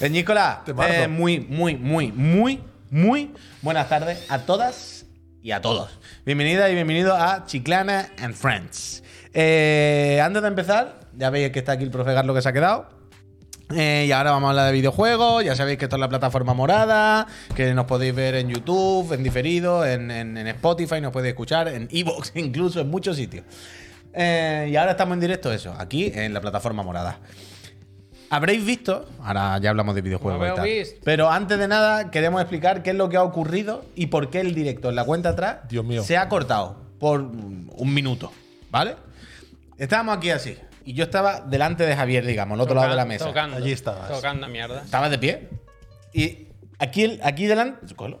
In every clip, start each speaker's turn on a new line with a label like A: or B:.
A: Eh, Nicolás,
B: Te mardo.
A: eh, muy, muy, muy, muy, muy buenas tardes a todas y a todos. Bienvenida y bienvenido a Chiclana and Friends. Eh, antes de empezar, ya veis que está aquí el profe Carlos que se ha quedado. Eh, y ahora vamos a hablar de videojuegos. Ya sabéis que esto es la plataforma morada, que nos podéis ver en YouTube, en diferido, en, en- en Spotify, nos podéis escuchar, en Evox, incluso en muchos sitios. Eh, y ahora estamos en directo, eso, aquí en la plataforma morada. Habréis visto, ahora ya hablamos de videojuegos. y
C: Habéis
A: tal,
C: visto.
A: pero antes de nada, queremos explicar qué es lo que ha ocurrido y por qué el directo en la cuenta atrás
B: Dios mío.
A: se ha cortado por un minuto, ¿vale? Estábamos aquí así. Y yo estaba delante de Javier, digamos, al otro lado de la mesa.
C: Tocando.
B: Allí estabas.
C: Tocando mierda.
A: Estaba de pie. Y aquí, el- aquí delante. cógelo.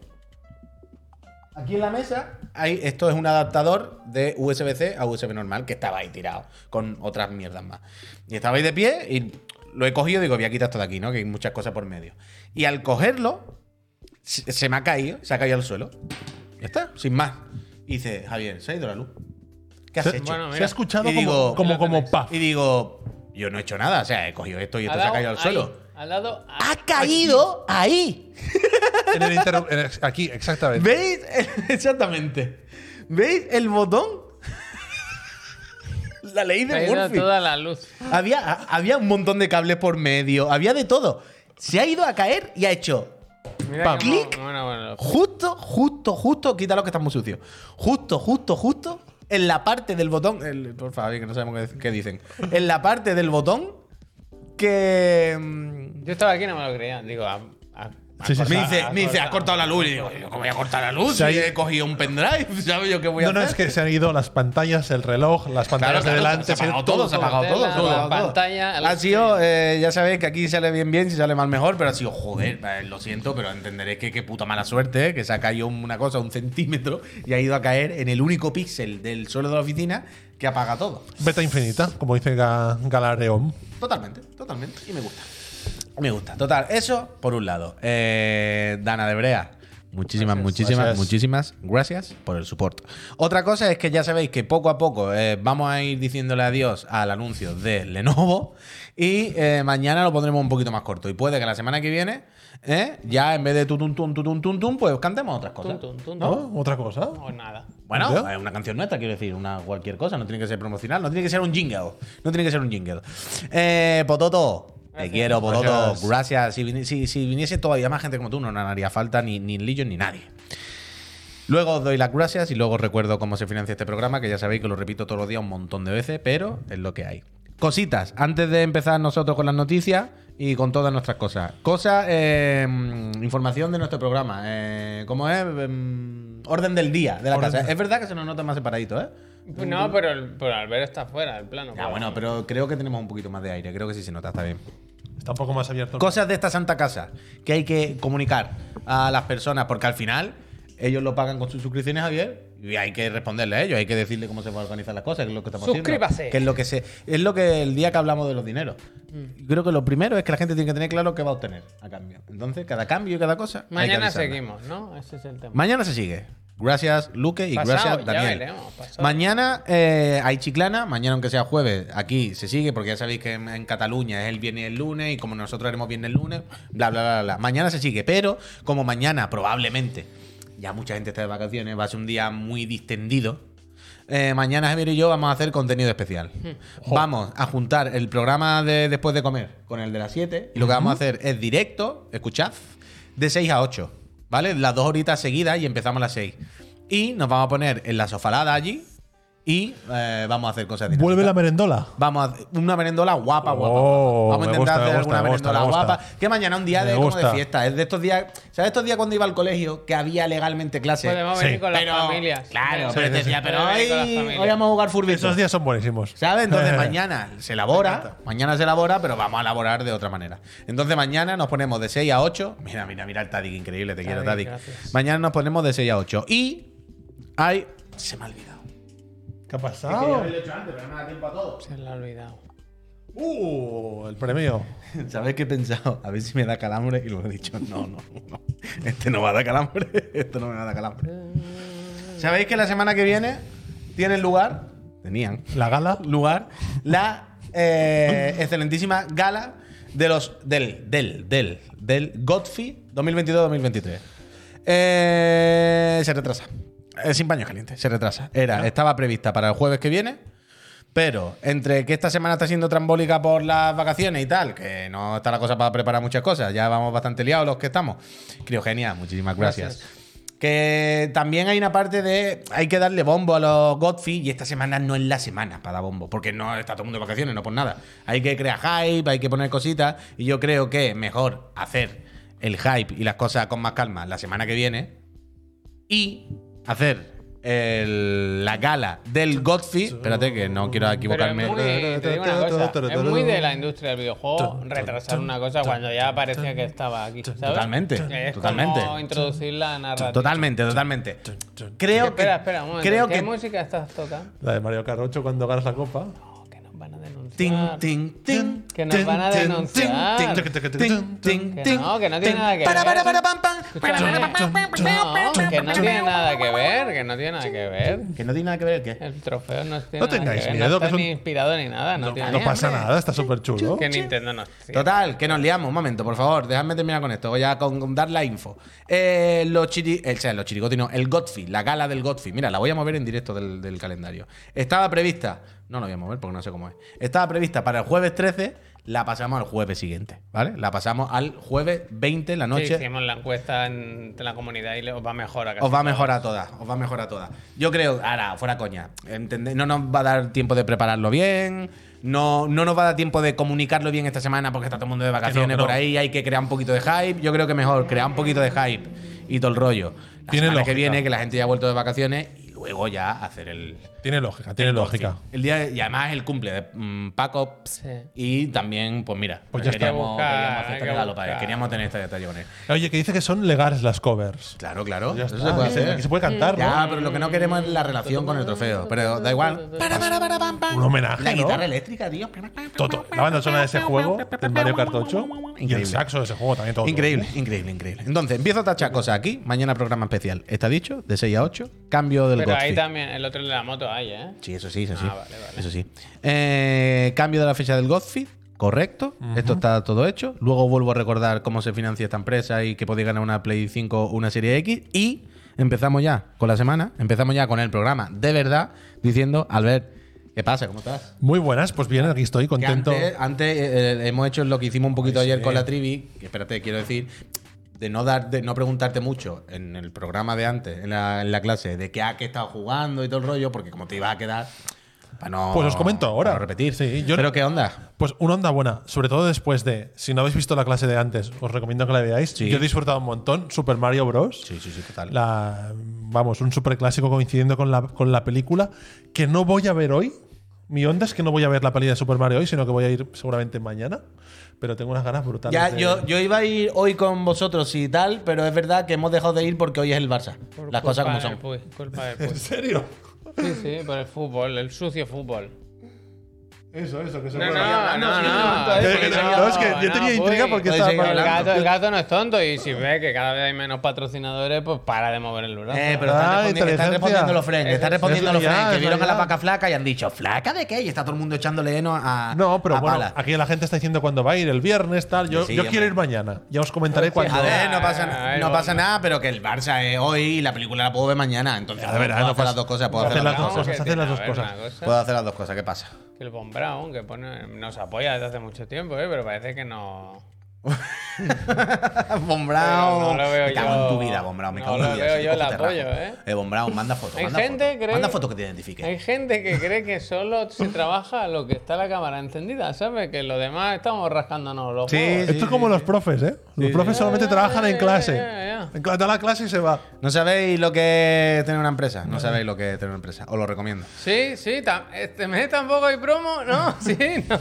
A: Aquí en la mesa, hay, esto es un adaptador de USB-C a USB normal que estaba ahí tirado con otras mierdas más. Y estaba ahí de pie y lo he cogido y digo, voy a quitar esto de aquí, ¿no? Que hay muchas cosas por medio. Y al cogerlo, se, se me ha caído, se ha caído al suelo. Ya está, sin más. Y dice, Javier, se ha ido la luz. ¿Qué has
B: Se-
A: hecho?
C: Bueno,
B: Se
C: mira.
B: ha escuchado
A: Y digo-
B: como, como, como paf.
A: y digo, yo no he hecho nada, o sea, he cogido esto y esto se ha
C: dado
A: caído al
C: ahí,
A: suelo. Ah,
C: Al lado.
A: ¡Ha caído ahí!
B: En el interrup- en el- aquí, exactamente.
A: ¿Veis? Exactamente. ¿Veis el botón? La ley de
C: Caído
A: Murphy.
C: toda la luz.
A: Había, a- había un montón de cables por medio, había de todo. Se ha ido a caer y ha hecho
C: Mira
A: Pam.
C: que mo-
A: Clic.
C: Bueno, bueno.
A: justo, justo, justo, quítalo que está muy sucio. Justo, justo, justo en la parte del botón, el- por favor, que no sabemos qué, qué dicen. En la parte del botón que mm,
C: Yo estaba aquí y no me lo creía. Digo, a, a- a
B: Sí, sí,
C: cortar,
B: sí.
A: me dice,
C: a
A: me dice,
C: cortar".
A: has cortado la luz. Y digo, yo, ¿cómo voy a cortar la luz?
B: Se ha
A: Si
B: ido-
A: he cogido un pendrive, ¿sabes yo qué voy a
B: No, no,
A: hacer?
B: es que se han ido las pantallas, el reloj, las pantallas
A: Claro,
B: de
A: claro,
B: delante.
A: se ha apagado
B: han-
A: todo, se ha apagado todo.
C: Tela,
A: se ha apagado
C: la
A: todo.
C: pantalla, la
A: Ha sido, eh, ya sabéis que aquí sale bien bien, si sale mal mejor, pero ha sido, joder, eh, lo siento, pero entenderéis que qué puta mala suerte, eh, que se ha caído una cosa, un centímetro, y ha ido a caer en el único píxel del suelo de la oficina que apaga todo.
B: Beta infinita, como dice Ga- Galareón.
A: Totalmente, totalmente. Y me gusta. Me gusta. Total, eso por un lado. Eh, Dana de Brea. Muchísimas,
B: Gracias.
A: muchísimas,
B: Gracias.
A: muchísimas gracias por el support. Otra cosa es que ya sabéis que poco a poco eh, vamos a ir diciéndole adiós al anuncio de Lenovo y eh, mañana lo pondremos un poquito más corto. Y puede que la semana que viene, eh, ya en vez de tutun, tun, tutun, tun, tun, pues cantemos otras cosas.
C: Tum, tum, tum,
B: ¿No?
C: tum.
B: ¿Otra cosa?
C: O nada.
A: Bueno,
B: ¿Ya?
A: es una canción nuestra, quiero decir, una cualquier cosa, no tiene que ser promocional, no tiene que ser un jingle, no tiene que ser un jingle. Eh, Pototo, te quiero, Pototo, gracias.
B: Gracias.
A: Si, vini- si- si viniese todavía más gente como tú, no nos haría falta ni, ni Lillo ni nadie. Luego os doy las gracias y luego os recuerdo cómo se financia este programa, que ya sabéis que lo repito todos los días un montón de veces, pero es lo que hay. Cositas, antes de empezar nosotros con las noticias y con todas nuestras cosas. Cosas, eh, mm, información de nuestro programa. Eh, ¿Cómo es? Em, orden del día de la
B: Orden-
A: casa. Es verdad que se nos nota más separadito, ¿eh?
C: No, pero, el, pero Alberto está fuera del plano.
A: Ah, bueno, pero creo que tenemos un poquito más de aire. Creo que sí se nota, está bien.
B: Está un poco más abierto.
A: Cosas de esta santa casa que hay que comunicar a las personas, porque al final ellos lo pagan con sus suscripciones, Javier, y hay que responderle a ellos, hay que decirle cómo se van a organizar las cosas, que es lo que estamos haciendo.
C: Suscríbase.
A: Que es lo que se, es lo que el día que hablamos de los dineros.
C: Mm.
A: Creo que lo primero es que la gente tiene que tener claro qué va a obtener a cambio. Entonces, cada cambio y cada cosa. hay que
C: Mañana
A: avisarla.
C: seguimos, ¿no? Ese es el tema.
A: Mañana se sigue. Gracias, Luque, y
C: Pasado,
A: gracias,
C: ya
A: Daniel.
C: veremos, pasado.
A: mañana eh, hay chiclana, mañana aunque sea jueves, aquí se sigue, porque ya sabéis que en, en Cataluña es el viernes y el lunes, y como nosotros haremos viernes el lunes, bla, bla, bla, bla. Mañana se sigue, pero como mañana probablemente ya mucha gente está de vacaciones, va a ser un día muy distendido. eh, mañana Javier y yo vamos a hacer contenido especial. Vamos a juntar el programa de después de comer con el de las 7 y lo que vamos a hacer es directo, escuchad, de 6 a 8. ¿vale? Las dos horitas seguidas y empezamos a las seis. Y nos vamos a poner en la sofalada allí y eh, vamos a hacer cosas dinámicas.
B: Vuelve la merendola.
A: Vamos a hacer una merendola guapa, guapa.
B: Oh,
A: guapa. Vamos a
B: me
A: intentar
B: gusta, me
A: hacer
B: gusta,
A: alguna
B: me gusta,
A: merendola
B: me gusta.
A: guapa. Que mañana un día de,
B: Me
A: como de
B: gusta.
A: fiesta. Es de estos días. ¿Sabes estos días cuando iba al colegio que había legalmente clase?
C: Podemos
B: Sí.
C: venir Pues con las familias.
A: Claro,
C: Sí,
A: pero
C: sí,
A: te
C: sí.
A: decía, pero
C: Podemos venir con las
A: hoy,
C: familias.
A: hoy vamos a jugar furbito.
B: Esos días son buenísimos.
A: ¿Sabes? Entonces mañana se elabora, mañana se elabora, pero vamos a elaborar de otra manera. Entonces mañana nos ponemos de 6 a 8. Mira, mira, mira el Tadic, increíble, te quiero,
C: Tadic,
A: Tadic.
C: gracias.
A: Mañana nos ponemos de 6 a 8. Y hay. Se me ha olvidado.
B: ¿Qué ha pasado?
A: Ah.
C: Se lo ha olvidado.
B: Uh, el premio.
A: ¿Sabes qué he pensado? A ver si me da calambre y lo he dicho. No, no, no. Este no va a dar calambre. Este no me va a dar calambre. ¿Sabéis que la semana que viene tienen lugar? Tenían.
B: La gala.
A: lugar la eh, excelentísima gala de los del del del del Godfrey 2022-2023. Eh, se retrasa. Eh, sin paños calientes, se retrasa. Era, estaba prevista para el jueves que viene, pero entre que esta semana está siendo trambólica por las vacaciones y tal, que no está la cosa para preparar muchas cosas, ya vamos bastante liados los que estamos. Criogenia, muchísimas gracias. Que también hay una parte de hay que darle bombo a los Godfrey y esta semana no es la semana para dar bombo, porque no está todo el mundo de vacaciones, no por nada. Hay que crear hype, hay que poner cositas y yo creo que es mejor hacer el hype y las cosas con más calma la semana que viene y hacer el- la gala del Godfrey. Espérate que no quiero
C: Pero es
A: equivocarme.
C: muy, te digo una cosa, es muy de la industria del videojuego retrasar una cosa cuando ya parecía que estaba aquí. ¿sabes?
A: Totalmente,
C: Es
A: totalmente.
C: Como introducir la narrativa.
A: Totalmente, totalmente. Creo que
C: Espera, espera, un momento.
A: creo
C: ¿Qué
A: que
C: música estás tocando?
B: La de Mario Kart 8 cuando ganas la copa.
C: No, que nos van a denunciar.
A: Tin, tin, tin,
C: Que nos van a
A: tin, tin,
C: denunciar.
A: tin, tin, tin, tin,
C: Que
A: tin,
C: no, que no
A: tin,
C: tiene nada que
A: para,
C: ver.
A: para, para, pam, pam, para, para, para, pam, pam.
C: No, que no tiene nada que ver, que no tiene nada que ver.
A: Que no tiene nada que ver el qué.
C: El trofeo no
B: No
C: tiene nada
B: tengáis
C: que ver,
B: miedo,
C: no
B: que
C: está
B: son-
C: ni inspirado ni nada, no, tiene
B: No
C: ni-
B: pasa nada, está súper chulo.
C: Que Nintendo no tiene.
A: Total, que nos liamos. Un momento, por favor, dejadme terminar con esto. Voy a con, con dar la info. Eh, los chiri, el, o sea, los chirigotis, no, el Godfrey, la gala del Godfrey. Mira, la voy a mover en directo del, del calendario. Estaba prevista, no la voy a mover porque no sé cómo es. Estaba prevista para el jueves 13, la pasamos al jueves siguiente, ¿vale? La pasamos al jueves 20 la
C: Sí,
A: noche.
C: hicimos la encuesta en, en la comunidad y le- os va mejor a casi
A: Os va a
C: todo.
A: mejorar todas, os va a mejorar todas. Yo creo, ahora, fuera coña, ¿entendéis? no nos va a dar tiempo de prepararlo bien, no, no nos va a dar tiempo de comunicarlo bien esta semana porque está todo el mundo de vacaciones
B: no.
A: por ahí, hay que crear un poquito de hype. Yo creo que mejor crear un poquito de hype y todo el rollo. La
B: Tiene
A: semana
B: lógica.
A: que viene, que la gente ya ha vuelto de vacaciones y luego ya hacer el.
B: Tiene lógica, tiene lógica.
A: El día, y además el cumple de mm, Paco pss,
C: Sí.
A: y también, pues mira,
B: Pues ya está.
A: queríamos,
C: Hay que
A: queríamos
C: buscar,
A: hacer
C: hay
A: este
C: que
A: regalo para él,
C: buscar.
A: queríamos tener este detalle con él.
B: Oye, que dice que son legales las covers.
A: Claro, claro.
B: Ya
A: eso
B: está,
A: se puede
B: que
A: hacer.
B: que se puede cantar, ¿no?
A: Ya, pero lo que no queremos es la relación con el trofeo. Pero da igual. Para, para, para, pam, pam.
B: Un homenaje,
A: La
B: ¿no?
A: guitarra eléctrica, tío.
B: Toto, la banda sonora de ese juego, del Mario Kart 8, y
A: Increíble.
B: el saxo de ese juego también todo.
A: Increíble, increíble, increíble. Entonces, empiezo a tachar cosas aquí. Mañana programa especial. Está dicho, de 6 a 8. Cambio del
C: Pero ahí
A: Godfrey.
C: también, el otro de la moto hay, ¿eh?
A: Sí, eso sí, eso sí.
C: Ah, vale, vale.
A: Eso sí. Eh, cambio de la fecha del Godfrey. Correcto, esto está todo hecho. Luego vuelvo a recordar cómo se financia esta empresa y que podéis ganar una Play 5 o una Serie X. Y empezamos ya con la semana, empezamos ya con el programa de verdad, diciendo, Albert, ¿qué pasa? ¿Cómo estás?
B: Muy buenas, pues bien, aquí estoy,
A: Que
B: contento.
A: antes antes, eh, eh, hemos hecho lo que hicimos un poquito
B: Ay,
A: ayer
B: sí.
A: con la trivi, que espérate, quiero decir, de no dar, de no preguntarte mucho en el programa de antes, en la, en la clase, de qué ha que estado jugando y todo el rollo, porque como te ibas a quedar, para no.
B: Pues os comento ahora.
A: para no repetir.
B: Sí, yo-
A: Pero qué onda.
B: Pues una onda buena, sobre todo después de, si no habéis visto la clase de antes, os recomiendo que la veáis.
A: Sí.
B: Yo he disfrutado un montón, Super Mario Bros.
A: Sí, sí, sí, total.
B: La, vamos, un super clásico coincidiendo con la, con la película que no voy a ver hoy. Mi onda es que no voy a ver la peli de Super Mario hoy, sino que voy a ir seguramente mañana. Pero tengo unas ganas brutales.
A: ya,
B: de-
A: yo, yo iba a ir hoy con vosotros y tal, pero es verdad que hemos dejado de ir porque hoy es el Barça.
C: Por
A: Las cosas
C: culpa
A: como
C: del
A: son.
C: Puy, culpa del
B: ¿En
C: Puy.
B: serio?
C: Sí, sí, por el fútbol, el sucio fútbol.
B: Eso, eso, que se
C: No, no,
B: puede.
C: no,
A: hablando, sí,
C: no.
A: no,
B: es que- no, es que yo tenía
C: Puy.
B: intriga porque
A: estaba
C: El
A: hablando.
C: gato- El gato no es tonto y si ve que cada vez hay menos patrocinadores, pues para de mover el brazo.
A: Eh, pero están,
B: Ah,
A: respondi- están
B: inteligencia.
A: respondiendo los friends, están
B: Eso-
A: respondiendo los
B: eso ya,
A: friends, que
B: eso
A: vieron a la
B: ya.
A: vaca flaca y han dicho, ¿flaca de qué? Y está todo el mundo echándole heno a
B: No, pero
A: a
B: bueno,
A: palas.
B: aquí la gente está diciendo cuándo va a ir, el viernes, tal. Yo,
A: Ah, Sí, sí,
B: yo
A: hombre.
B: quiero ir mañana. Ya os comentaré
C: Hostia,
B: cuándo.
A: A ver, no pasa,
C: Ah, ahí
A: na- no
C: vamos.
A: pasa nada, pero que el Barça es hoy y la película la puedo ver mañana. Entonces,
B: Ya, de verdad,
A: puedo
B: no
A: hacer las
B: pasa-
A: dos cosas. Puedo
B: no
A: hacer
B: hacen
A: las
B: las
A: dos
B: dos
A: cosas.
B: cosas, hacen las dos cosas.
A: Puedo hacer las dos cosas, ¿qué pasa?
C: Que el Von Braun, que pone, nos apoya desde hace mucho tiempo, ¿eh? pero parece que no.
A: Von Brown.
C: Pero no lo veo
A: me cago en
C: yo.
A: tu vida, Von Brown. Me
C: No
A: cago en
C: lo
A: tu vida.
C: veo
A: soy
C: yo,
A: un
C: la
A: cojo terraco.
C: apoyo, ¿eh?
A: Eh, Von Brown, manda fotos.
C: Hay
A: manda
C: gente
A: fotos.
C: cree-
A: Manda fotos que te identifique.
C: Hay gente que cree que solo se trabaja lo que está la cámara encendida, ¿sabes? Que lo demás estamos rascándonos los
A: Sí,
C: huevos.
B: Esto es como los profes, ¿eh? Los profes solamente
C: Ya, ya,
B: trabajan en
C: ya,
B: clase.
C: ya, ya.
B: En clase, da la clase y se va.
A: No sabéis lo que es tener una empresa. No sabéis lo que es tener una empresa. Os lo recomiendo.
C: Sí, sí, tam- este mes tampoco hay promo, ¿no? Sí, no.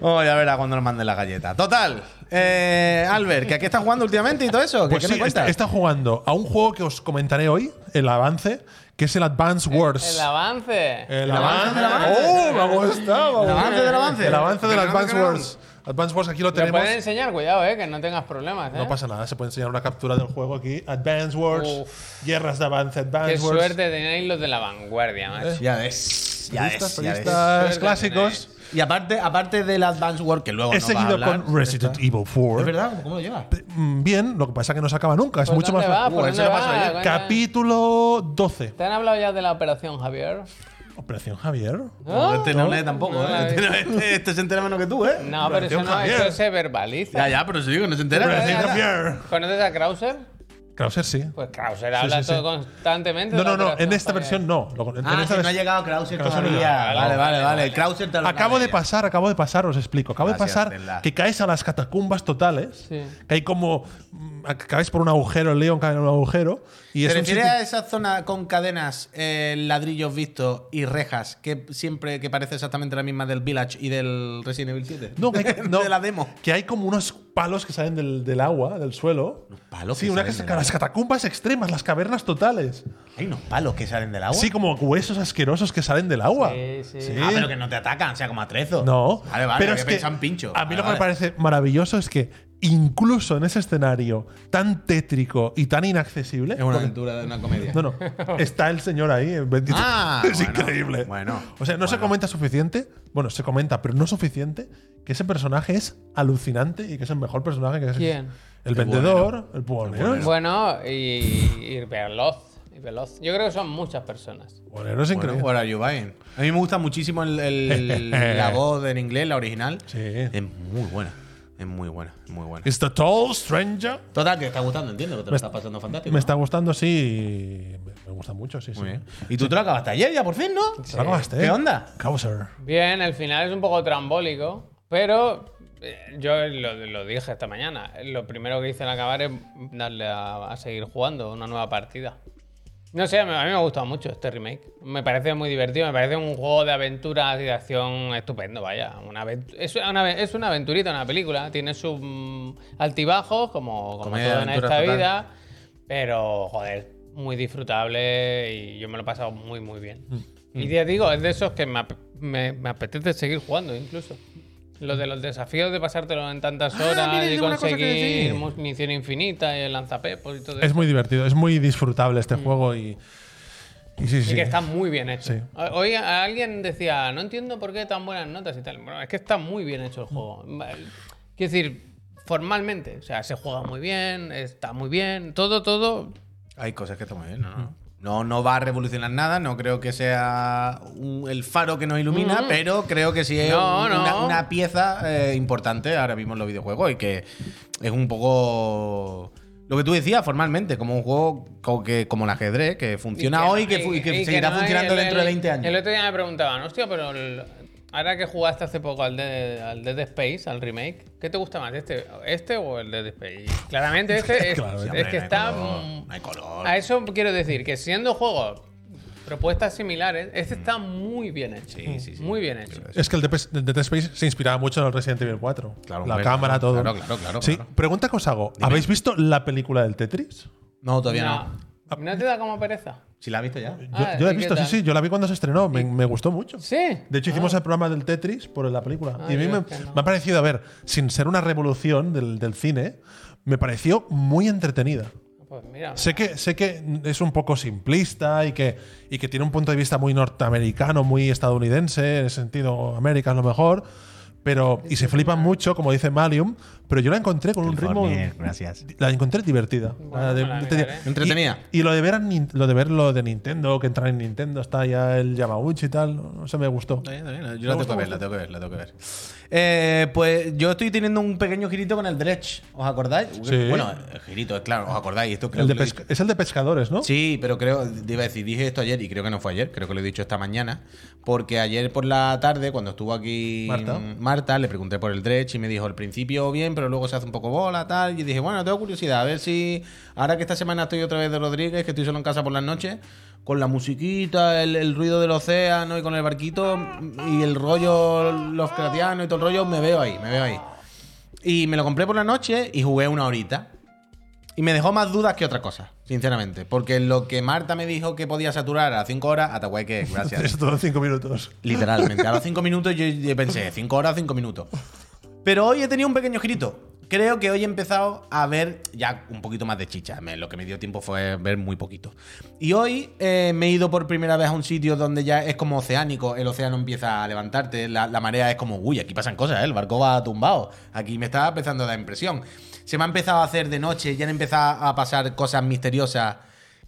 A: Oh, ya verá cuando nos manden la galleta. Total. Eh, Albert, que aquí estás jugando últimamente y todo eso. ¿Qué,
B: Pues
A: qué
B: sí,
A: me
B: está,
A: cuentas?
B: está jugando a un juego que os comentaré hoy, el avance, que es el Advance
A: Eh,
B: Wars.
C: El avance.
B: El
A: avance,
B: avance.
A: el avance.
B: Eh, ¡Oh! Me ha gustado.
A: El avance del avance.
B: El avance del
A: Que no, que
B: Advance
A: no.
B: Wars. Advance Wars, aquí lo
C: Lo
B: tenemos.
C: pueden enseñar, cuidado, eh, que no tengas problemas. ¿eh?
B: No pasa nada, se puede enseñar una captura del juego aquí. Advance Wars. Guerras de avance, Advance
C: Qué
B: Wars. Eh,
C: suerte tenéis los de la vanguardia, macho.
A: Ya ves. Ya ves.
B: Periodistas,
A: Ya ves.
B: periodistas
C: ves.
B: clásicos.
A: Y aparte, aparte del Advance War, que luego
B: He
A: no vas a
B: seguido
A: hablar,
B: con Resident
A: ¿verdad?
B: Evil 4.
A: ¿Es verdad? ¿Cómo lo llevas?
B: Pe- mm, Bien, lo que pasa es que no se acaba nunca. Es
C: ¿Por
B: mucho más.
C: dónde Pues va?
A: Uh,
C: ¿Por
A: eso
C: dónde
A: lo pasó
C: va?
A: ayer.
C: Coño.
B: Capítulo 12.
C: ¿Te han hablado ya de la operación Javier?
B: Operación Javier.
A: No, este no lee tampoco,
C: No,
A: ¿eh? Este, no- este- este se entera menos que tú, ¿eh?
C: No, pero eso
B: Operación
C: no,
B: Javier.
C: eso se verbaliza.
A: Ya, ya, pero sí, que no se entera.
B: Operación
A: Ya, ya.
B: Javier.
C: ¿Conoces a Krauser?
B: Krauser sí.
C: Pues Krauser habla
B: sí, sí.
C: todo constantemente.
B: No,
C: de
B: no,
C: la
B: no.
C: operación
B: En esta
C: Javier.
B: versión no. Lo- en
A: Ah,
B: esta
A: si no ha
B: vers-
A: llegado Krauser
B: Krauser no
A: todavía.
B: llega.
A: vale, vale, vale. El Krauser te lo
B: Acabo
A: manda
B: de
A: ya.
B: pasar, acabo de pasar, os explico. Acabo
A: Gracias,
B: de pasar
A: Tesla.
B: que caes a las catacumbas totales.
C: Sí.
B: Que hay como. mm, ac- Caes por un agujero, el león cae en un agujero. Y es
A: ¿Te
B: un
A: refieres
B: sitio-
A: a esa zona con cadenas, eh, ladrillos vistos y rejas que siempre que parece exactamente la misma del Village y del Resident Evil 7?
B: No, que hay, no,
A: de la demo.
B: Que hay como unos palos que salen del, del agua, del suelo.
A: palos
B: Sí,
A: que
B: una
A: salen
B: casa-
A: del agua.
B: las catacumbas extremas, las cavernas totales.
A: Hay unos palos que salen del agua.
B: Sí, como huesos asquerosos que salen del agua.
C: Sí, sí.
A: Ah, pero que no te atacan, o sea, como atrezo.
B: No.
A: Vale, vale,
B: pero
A: había pensado en pincho.
B: A mí
A: Vale,
B: lo que
A: vale.
B: me parece maravilloso es que incluso en ese escenario tan tétrico y tan inaccesible.
A: Es una
B: porque-
A: aventura de una comedia.
B: No, no. Está el señor ahí. en bendito.
A: Ah,
B: es
A: bueno,
B: increíble.
A: bueno,
B: o sea, no se
A: bueno.
B: comenta suficiente. Bueno, se comenta, pero no suficiente. Que ese personaje es alucinante y que es el mejor personaje que es.
C: ¿Quién?
B: El, vendedor, el buhonero. El
C: Bueno, y, y veloz. Y veloz. Yo creo que son muchas personas.
B: buhonero es
A: Bueno,
B: increíble.
A: what are you buying? A mí me gusta muchísimo el- el- la voz en inglés, la original.
B: Sí.
A: Es muy buena. Es muy buena, es muy buena.
B: It's the tall stranger.
A: Total, que te está gustando, entiendo, que te lo
B: Me-
A: estás pasando fantástico.
B: Me
A: ¿no?
B: está gustando, sí. Me me gusta mucho, sí, sí.
A: Muy bien. Y tú te lo acabaste ayer ya, por fin, ¿no?
B: Te lo acabaste,
A: ¿Qué
B: ¿eh?
A: onda?
B: Causer.
C: Bien, el final es un poco trambólico, pero eh, yo lo, lo dije esta mañana. Lo primero que hice al acabar es darle a, a seguir jugando una nueva partida. No sé, a mí a mí me ha gustado mucho este remake. Me parece muy divertido, me parece un juego de aventuras y de acción estupendo, vaya. Una avent- es, una, ave- es una aventurita, una película. Tiene sus mm, altibajos, como, como
A: Comedia de
C: todo en esta
A: aventuras total.
C: vida. Pero, joder, muy disfrutable y yo me lo he pasado muy, muy bien.
A: Mm.
C: Y ya digo, es de esos que me, ap- me- me apetece seguir jugando incluso. Lo de los desafíos de pasártelo en tantas horas
A: Ah, mira,
C: y
A: tengo una cosa que
C: conseguir
A: decir.
C: munición infinita y el lanzapepos y todo eso.
B: Es muy divertido, es muy disfrutable
A: Mm.
B: este juego y. y sí, sí.
C: Y que está muy bien hecho.
B: Sí.
C: O- Hoy a- alguien decía, no entiendo por qué tan buenas notas y tal. Bueno, es que está muy bien hecho el juego.
A: Mm.
C: Ma- Quiero decir, formalmente, o sea, se juega muy bien, está muy bien, todo, todo.
A: Hay cosas que estamos bien, ¿no? No, no va a revolucionar nada, no creo que sea un- el faro que nos ilumina, pero creo que sí es
C: No,
A: un-
C: no.
A: Una, una pieza eh, importante ahora mismo en los videojuegos y que es un poco lo que tú decías formalmente, como un juego co- que, como el ajedrez, que funciona hoy y que, fu- y que
C: y que
A: seguirá
C: no hay-
A: funcionando
C: el-
A: dentro de
C: el-
A: 20 años.
C: El otro día me preguntaban, hostia, pero el- ahora que jugaste hace poco al Dead, al Dead Space, al remake, ¿qué te gusta más, este, este o el Dead Space? Y Claramente este es,
B: Claramente.
A: Sí,
C: es
A: hombre,
C: que
A: no hay
C: está...
A: color,
C: mm,
A: no hay color.
C: A eso quiero decir que siendo juegos propuestas similares, este está muy bien hecho.
A: Mm. Sí, sí, sí.
C: Muy bien hecho.
B: Es que el de Dead Space se inspiraba mucho en el Resident Evil 4.
A: Claro,
B: la
A: hombre,
B: cámara,
A: claro,
B: todo.
A: claro, claro, claro,
B: Sí,
A: claro.
B: pregunta que os hago. ¿Habéis visto la película del Tetris?
A: No, todavía no.
C: No, ¿No te da como pereza?
A: Si la has visto ya.
B: Yo,
C: Ah,
B: yo la he
C: ¿y qué
B: visto, sí,
C: tal?
B: sí. Yo la vi cuando se estrenó. Me, me gustó mucho.
C: Sí.
B: De hecho, hicimos el programa del Tetris por la película.
C: Ah,
B: y a mí
C: yo
B: me,
C: es que no.
B: me ha parecido, a ver, sin ser una revolución del, del cine, me pareció muy entretenida.
C: Pues mira.
B: Sé que, sé que es un poco simplista y que, y que tiene un punto de vista muy norteamericano, muy estadounidense, en el sentido América es lo mejor, pero y se flipan mucho, como dice Malium, pero yo la encontré con un ritmo...
A: California, gracias.
B: La encontré divertida. La de-
C: me la
B: te-
C: miraré.
B: y-
A: Entretenida.
B: Y, lo, de ver a Nin- lo de ver lo de Nintendo, que entrar en Nintendo, está ya el Yamauchi y tal, no sé, me gustó.
A: Está bien, está bien. Yo la
B: Me
A: tengo
B: gusta
A: que ver, la tengo que ver, la tengo que ver. Eh, pues yo estoy teniendo un pequeño girito con el Dredge, ¿os acordáis?
B: Sí.
A: Bueno, el girito, es claro, ¿os acordáis? Esto creo
B: El de
A: que lo he
B: pesca- es el de pescadores, ¿no?
A: Sí, pero creo, te iba a decir, dije esto ayer y creo que no fue ayer, creo que lo he dicho esta mañana, porque ayer por la tarde, cuando estuvo aquí
B: Marta.
A: mm, Marta, le pregunté por el dredge y me dijo, al principio bien, pero luego se hace un poco bola, tal, y dije, bueno, tengo curiosidad, a ver si, ahora que esta semana estoy otra vez de Rodríguez, que estoy solo en casa por las noches, con la musiquita, el, el ruido del océano y con el barquito y el rollo Lovecraftiano y todo el rollo, me veo ahí, me veo ahí. Y me lo compré por la noche y jugué una horita. Y me dejó más dudas que otra cosa, sinceramente. Porque lo que Marta me dijo que podía saturar a 5 horas, Atahuay que es, gracias.
B: Es todo cinco minutos.
A: Literalmente. A los 5 minutos yo, yo pensé, 5 horas, 5 minutos. Pero hoy he tenido un pequeño girito. Creo que hoy he empezado a ver ya un poquito más de chicha. Me- lo que me dio tiempo fue ver muy poquito. Y hoy eh, me he ido por primera vez a un sitio donde ya es como oceánico. El océano empieza a levantarte. La, la marea es como, uy, aquí pasan cosas, ¿eh? el barco va tumbado. Aquí me estaba empezando a dar impresión. Se me ha empezado a hacer de noche. Ya han empezado a pasar cosas misteriosas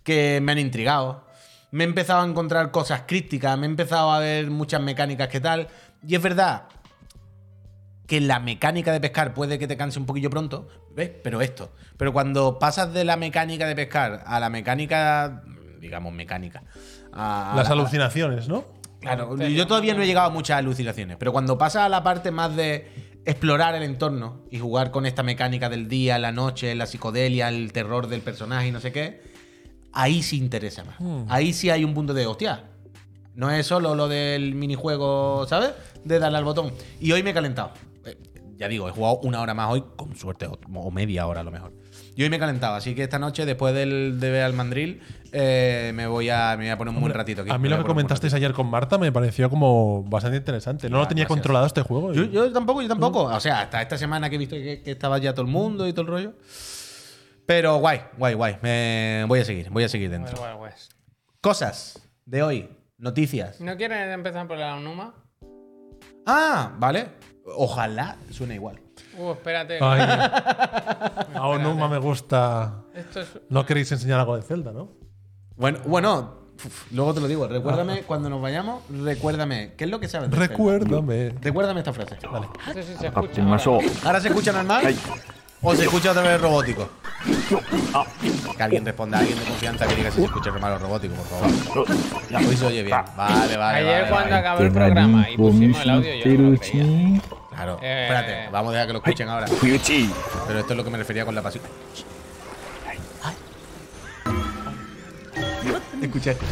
A: que me han intrigado. Me he empezado a encontrar cosas crípticas. Me he empezado a ver muchas mecánicas que tal. Y es verdad, que la mecánica de pescar puede que te canse un poquillo pronto, ¿ves? Pero esto. Pero cuando pasas de la mecánica de pescar a la mecánica, digamos mecánica, a
B: Las
A: a Ah, la-
B: alucinaciones, ¿no?
A: Claro, yo todavía no he llegado a muchas alucinaciones, pero cuando pasas a la parte más de explorar el entorno y jugar con esta mecánica del día, la noche, la psicodelia, el terror del personaje y no sé qué, ahí sí interesa más.
B: Hmm.
A: Ahí sí hay un punto de hostia. No es solo lo del minijuego, ¿sabes? De darle al botón. Y hoy me he calentado. Eh, Ya digo, he jugado una hora más hoy, con suerte, o- o media hora a lo mejor. Y hoy me he calentado, así que esta noche, después del de ver al mandril, eh, me, voy a, me voy a poner un buen ratito aquí.
B: A mí
A: Me
B: lo
A: voy
B: que
A: a poner un buen ratito.
B: comentasteis ayer con Marta me pareció como bastante interesante. No lo tenía
A: gracias.
B: controlado este juego. y-
A: Yo, yo tampoco, yo tampoco. O sea, hasta esta semana que he visto que, que estaba ya todo el mundo y todo el rollo. Pero guay, guay, guay. Me voy a seguir, voy a seguir dentro.
C: Wild West.
A: Cosas de hoy, noticias.
C: ¿No quieren empezar por la Numa?
A: Ah, vale. Ojalá suene igual.
C: Uh, espérate.
B: Ay, a Onuma me gusta.
C: Esto es.
B: No queréis enseñar algo de Zelda, ¿no?
A: Bueno, bueno, uf, luego te lo digo. Recuérdame cuando nos vayamos, recuérdame. ¿Qué es lo que sabes? de Zelda?
B: Recuérdame.
A: Recuérdame esta frase. Vale.
C: No sé si se
D: 아,
C: escucha.
D: 정말 소.
C: ahora.
A: ¿Ahora se escucha normal? ¿O se escucha otra vez robótico? Que alguien responda, alguien de confianza que diga si se escucha normal o robótico, por favor. Hoy se oye bien. Vale, vale.
C: Ayer
A: vale,
C: cuando
A: vale.
C: acabó el programa y pusimos el audio, yo no lo creía.
A: Claro,
C: Eh.
A: espérate, vamos a dejar que lo escuchen ahora.
D: 그렇지.
A: Pero esto es lo que me refería con la pasión. Escucha esto.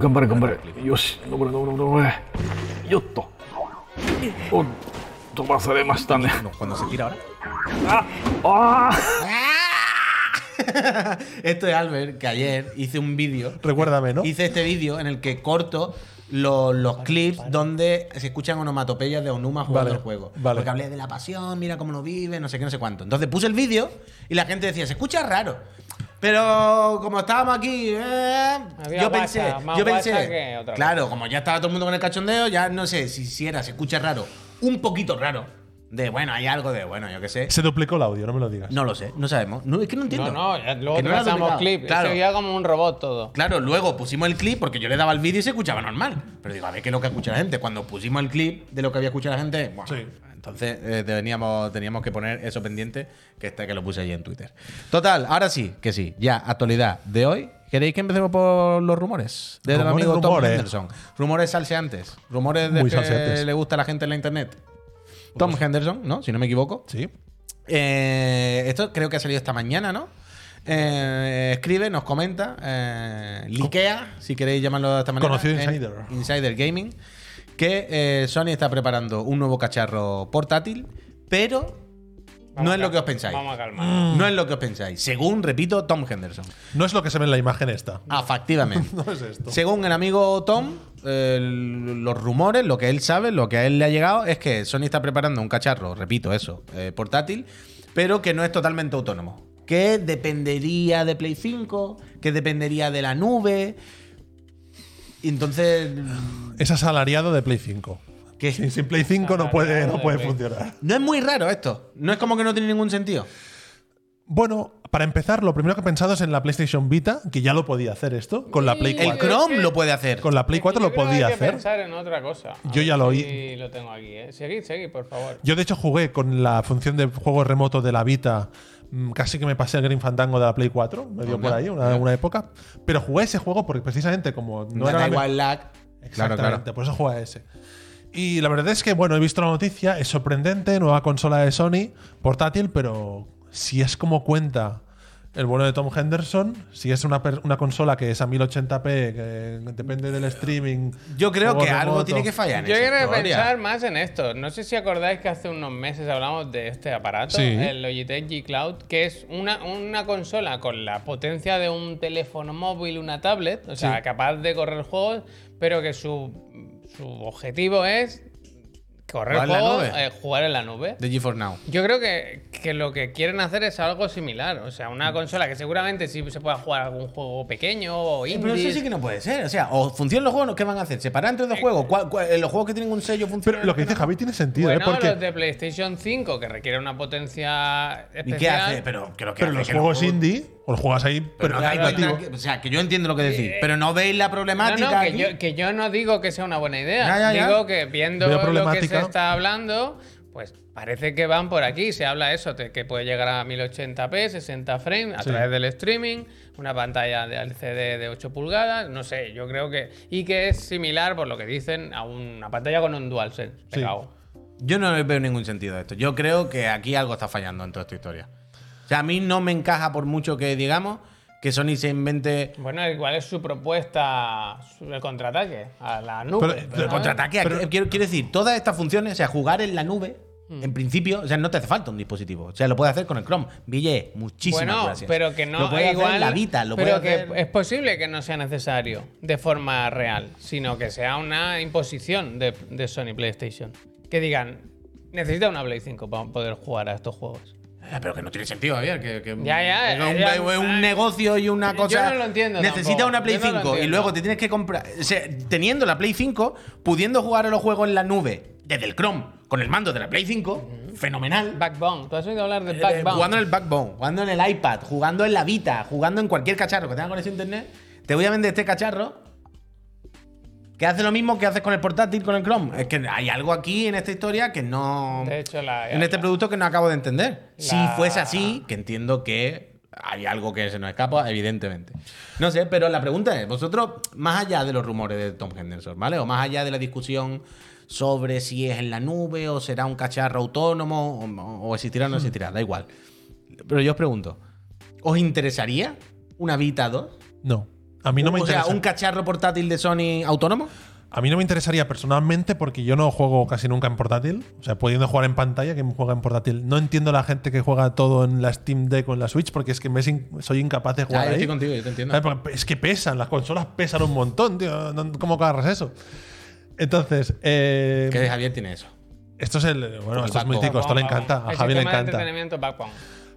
D: 간발에 간발에. 요시. 노브레 노브레 노브레. 요또. 오. 또 마사레마시타네.
A: No, cuando se tira ahora.
D: 아.
A: Esto es Albert, que ayer hice un vídeo.
B: Recuérdame, ¿no?
A: Hice este vídeo en el que corto lo- los clips donde se escuchan onomatopeyas de Onuma jugando
B: Vale,
A: el juego.
B: vale.
A: Porque hablé de la pasión, mira cómo lo vive, no sé qué, no sé cuánto. Entonces puse el vídeo y la gente decía, se escucha raro. Pero como estábamos aquí, eh,
C: Había
A: yo
C: guasa,
A: pensé,
C: más
A: yo
C: guasa
A: pensé,
C: que otra cosa.
A: claro, como ya estaba todo el mundo con el cachondeo, ya no sé si hiciera, se escucha raro, un poquito raro, de bueno, hay algo de bueno, yo qué sé.
B: Se duplicó el audio, no me lo digas.
A: No lo sé, no sabemos. No, es que no entiendo.
C: No, no, ya- luego
A: Que
C: te
A: no era
C: pasamos
A: duplicado.
C: clip.
A: Claro.
C: Se oía como un robot todo.
A: Claro, luego pusimos el clip porque yo le daba el vídeo y se escuchaba normal. Pero digo, a ver qué es lo que escucha la gente. Cuando pusimos el clip de lo que había escuchado la gente, bueno,
B: Sí.
A: entonces eh, teníamos, teníamos que poner eso pendiente que está que lo puse allí en Twitter. Total, ahora sí, que sí. Ya, actualidad de hoy. ¿Queréis que empecemos por los rumores? Desde
B: Rumores,
A: el amigo Tom
B: rumores.
A: Henderson. Rumores salseantes. Rumores de
B: Muy
A: que
B: salseantes.
A: le gusta a la gente en la internet. Tom Henderson, ¿no? Si no me equivoco.
B: Sí.
A: Eh, esto creo que ha salido esta mañana, ¿no? Eh, escribe, nos comenta, eh, liquea, si queréis llamarlo de esta manera.
B: Conocido
A: en
B: insider.
A: Insider Gaming. Que eh, Sony está preparando un nuevo cacharro portátil, pero
C: Vamos
A: no
C: a
A: es lo
C: cal-
A: que os pensáis.
C: Vamos a calmar.
A: No es lo que os pensáis. Según, repito, Tom Henderson.
B: No es lo que se ve en la imagen esta.
A: Afectivamente.
B: No es esto.
A: Ah, Según el amigo Tom, eh, los rumores, lo que él sabe, lo que a él le ha llegado, es que Sony está preparando un cacharro, repito eso, eh, portátil, pero que no es totalmente autónomo. Que dependería de Play 5, que dependería de la nube. Y Entonces,
B: Es asalariado de Play 5.
A: que
B: Sin, sin Play 5 no puede,
C: Asalariado
B: no
C: de
B: puede
C: Play.
B: funcionar.
A: no es muy raro esto. No es como que no tiene ningún sentido.
B: Bueno, para empezar, lo primero que he pensado es en la PlayStation Vita, que ya lo podía hacer esto, con la Play
C: Sí.
A: El
B: 4.
A: Chrome lo puede hacer.
B: Con la Play
C: Es que
B: 4
C: yo
B: lo
C: creo que hay
B: podía
C: que
B: hacer.
C: pensar en otra cosa. A
B: Yo
C: ver
B: ya lo
C: si
B: oí.
C: lo tengo aquí, ¿eh? Seguid, seguid, por favor.
B: Yo de hecho jugué con la función de juego remoto de la Vita. mm, Casi que me pasé el Green Fandango de la Play 4, me dio por ahí una, una época. Pero jugué ese juego porque precisamente como no
A: Da
B: era la me-
A: igual lag. Claro,
B: Exactamente,
A: claro.
B: por eso juega a ese. Y la verdad es que, bueno, he visto la noticia, es sorprendente, nueva consola de Sony, portátil, pero si es como cuenta el bueno de Tom Henderson, si es una, per- una consola que es a 1080p, que depende del streaming.
A: Yo creo
B: juego
A: que algo
B: remoto.
A: tiene que fallar. en
C: Yo
A: esa
C: quiero
A: historia.
C: pensar más en esto. No sé si acordáis que hace unos meses hablamos de este aparato,
B: Sí.
C: el Logitech G Cloud, que es una, una consola con la potencia de un teléfono móvil, una tablet, o sea, capaz de correr juegos, pero que su, su objetivo es Correr
A: ¿Jugar en la
C: juegos,
A: nube?
C: eh, jugar en la nube.
A: De GeForce Now.
C: Yo creo que, que lo que quieren hacer es algo similar. O sea,
A: Mm.
C: una consola que seguramente sí se pueda jugar algún juego pequeño o indie.
A: Pero eso sí que no puede ser. O sea, o funcionan los juegos, ¿qué van a hacer? ¿Separar entre dos juegos? ¿Cuál- cuál- eh, los juegos que tienen un sello funcionan.
B: Pero lo que dice Javi tiene sentido,
C: Bueno,
B: ¿eh? Porque
C: los de PlayStation 5, que requiere una potencia especial.
A: ¿Y qué hace? Pero, creo que
B: pero
A: hace
B: los
A: que
B: juegos indie, o los juegas ahí, pero
A: Pero
B: no
A: no
B: es
A: hay
B: nativo.
A: nada que- o sea, que yo entiendo lo que decís. pero no veis la
C: No,
A: problemática.
C: no, que
A: aquí?
C: yo, que yo no digo que sea una buena idea.
A: Ya, ya, ya.
C: Digo que viendo
B: Veo
C: lo que se
B: problemática.
C: está hablando, pues parece que van por aquí. Se habla eso, de que puede llegar a 1080p, 60 frames, a
B: Sí.
C: través del streaming, una pantalla de LCD de 8 pulgadas, no sé, yo creo que... Y que es similar, por lo que dicen, a una pantalla con un DualSense.
B: Sí.
C: pegado.
A: Yo no le veo ningún sentido a esto. Yo creo que aquí algo está fallando en toda esta historia. O sea, a mí no me encaja por mucho que digamos que Sony se invente.
C: Bueno, igual es su propuesta, su- el contraataque a la nube.
B: Pero-
A: El
C: ¿verdad?
A: contraataque. quiero, quiero decir, todas estas funciones, o sea, jugar en la nube,
C: Mm.
A: en principio, o sea, no te hace falta un dispositivo. O sea, lo puedes hacer con el Chrome. Ville, muchísimas
C: Bueno,
A: gracias.
C: pero que no
A: Lo puedes hacer
C: igual,
A: en la Vita, lo
C: pero que
A: puedes hacer-
C: es posible que no sea necesario de forma real, sino que sea una imposición de, de Sony PlayStation. Que digan, necesita una Play 5 para poder jugar a estos juegos.
A: Eh, Pero que no tiene sentido, Javier. Que, que-
C: Ya, ya,
A: que un,
C: ya,
A: eh, un
C: ya.
A: negocio y una
C: Yo
A: cosa.
C: no lo entiendo
A: Necesita
C: tampoco,
A: una Play
C: yo no lo
A: 5 y
C: entiendo.
A: luego te tienes que comprar. o sea, teniendo la Play 5, pudiendo jugar a los juegos en la nube desde el Chrome con el mando de la Play 5, fenomenal.
C: Backbone, ¿tú has oído hablar de
A: Eh,
C: Backbone?
A: jugando en el Backbone, jugando en el iPad, jugando en la Vita, jugando en cualquier cacharro que tenga conexión a internet. Te voy a vender este cacharro que hace lo mismo que haces con el portátil, con el Chrome. Es que hay algo aquí en esta historia que no
C: De hecho, la,
A: en este
C: la-
A: producto que no acabo de entender. Si
C: La-
A: fuese así, que entiendo que hay algo que se nos escapa, evidentemente. No sé, pero la pregunta es, vosotros, más allá de los rumores de Tom Henderson, ¿vale? O más allá de la discusión sobre si es en la nube o será un cacharro autónomo o, o existirá
B: Hmm.
A: o no existirá, da igual. Pero yo os pregunto, ¿os interesaría una Vita 2?
B: No. A mí no me
A: o sea,
B: interesa.
A: un cacharro portátil de Sony autónomo?
B: A mí no me interesaría personalmente porque yo no juego casi nunca en portátil. O sea, pudiendo jugar en pantalla, que juega en portátil. No entiendo la gente que juega todo en la Steam Deck o en la Switch porque es que me es in- soy incapaz de
A: Ya,
B: jugar
A: yo
B: ahí.
A: estoy contigo, yo te entiendo.
B: ¿Sabes? Porque Es que pesan, las consolas pesan un montón, tío. No- no- ¿Cómo cargas eso? Entonces, eh,
A: Que Javier tiene eso.
B: esto es el. Bueno, esto es
A: Backbone.
B: mítico, esto le
C: Backbone.
B: encanta. A
C: El
B: Javi le
C: sistema de
B: encanta.
C: entretenimiento Backbone.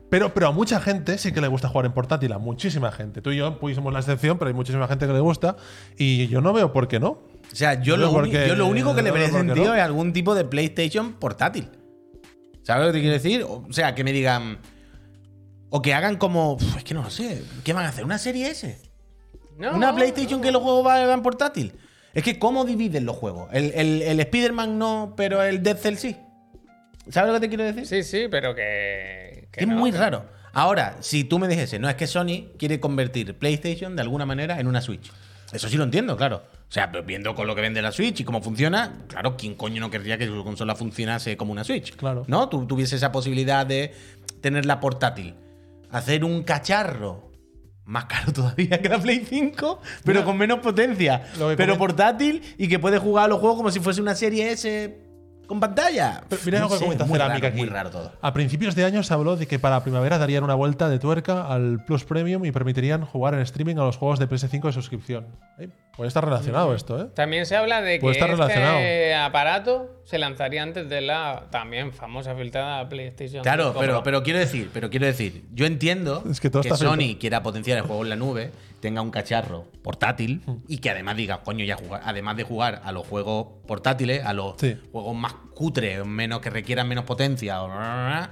B: Pero, pero a mucha gente sí que le gusta jugar en portátil, a muchísima gente. Tú y yo pues, somos la excepción, pero hay muchísima gente que le gusta. Y yo no veo por qué no.
A: O sea, yo,
B: No,
A: lo, uni-
B: porque-
A: yo lo único que le
B: no,
A: vería
B: porque
A: sentido
B: no.
A: es algún tipo de PlayStation portátil. ¿Sabes lo que te quiero decir? O sea, que me digan. O que hagan como. "Uf, Es que no lo sé. ¿Qué van a hacer? ¿Una serie S?
C: No,
A: ¿Una PlayStation que los juegos vayan portátil? Es que, ¿cómo dividen los juegos? El, el, el Spider-Man no, pero el Dead Cell sí. ¿Sabes lo que te quiero decir?
C: Sí, sí, pero que. que
A: es
C: no,
A: muy
C: que-
A: raro. Ahora, si tú me dijese, no, es que Sony quiere convertir PlayStation de alguna manera en una Switch. Eso sí lo entiendo, claro. O sea, pero viendo con lo que vende la Switch y cómo funciona, claro, ¿quién coño no querría que su consola funcionase como una Switch?
B: Claro.
A: ¿No? Tú tuviese esa posibilidad de tenerla portátil. Hacer un cacharro más caro todavía que la Play 5, pero con menos potencia.
B: Lo que
A: Pero
B: comen-
A: portátil y que puedes jugar a los juegos como si fuese una serie S con pantalla.
B: Pero mira
A: No
B: lo que
A: sé,
B: comenta
A: muy
B: Cerámica
A: raro,
B: aquí.
A: muy raro todo.
B: A principios de año se habló de que para primavera darían una vuelta de tuerca al Plus Premium y permitirían jugar en streaming a los juegos de PS5 de suscripción. ¿Eh? Puede estar relacionado esto, ¿eh?
C: También se habla de que
A: Pues
B: Puede estar
C: este
B: relacionado.
C: aparato se lanzaría antes de la también famosa filtrada PlayStation.
A: Claro,
C: 5
A: pero,
C: Pro.
A: pero quiero decir, pero quiero decir, yo entiendo
B: Es que todo está
A: Sony
B: frito.
A: quiera potenciar el juego en la nube, tenga un cacharro portátil y que además diga, coño, ya jugar, además de jugar a los juegos portátiles, a los
B: Sí.
A: juegos más cutres, menos que requieran menos potencia, o bla, bla, bla,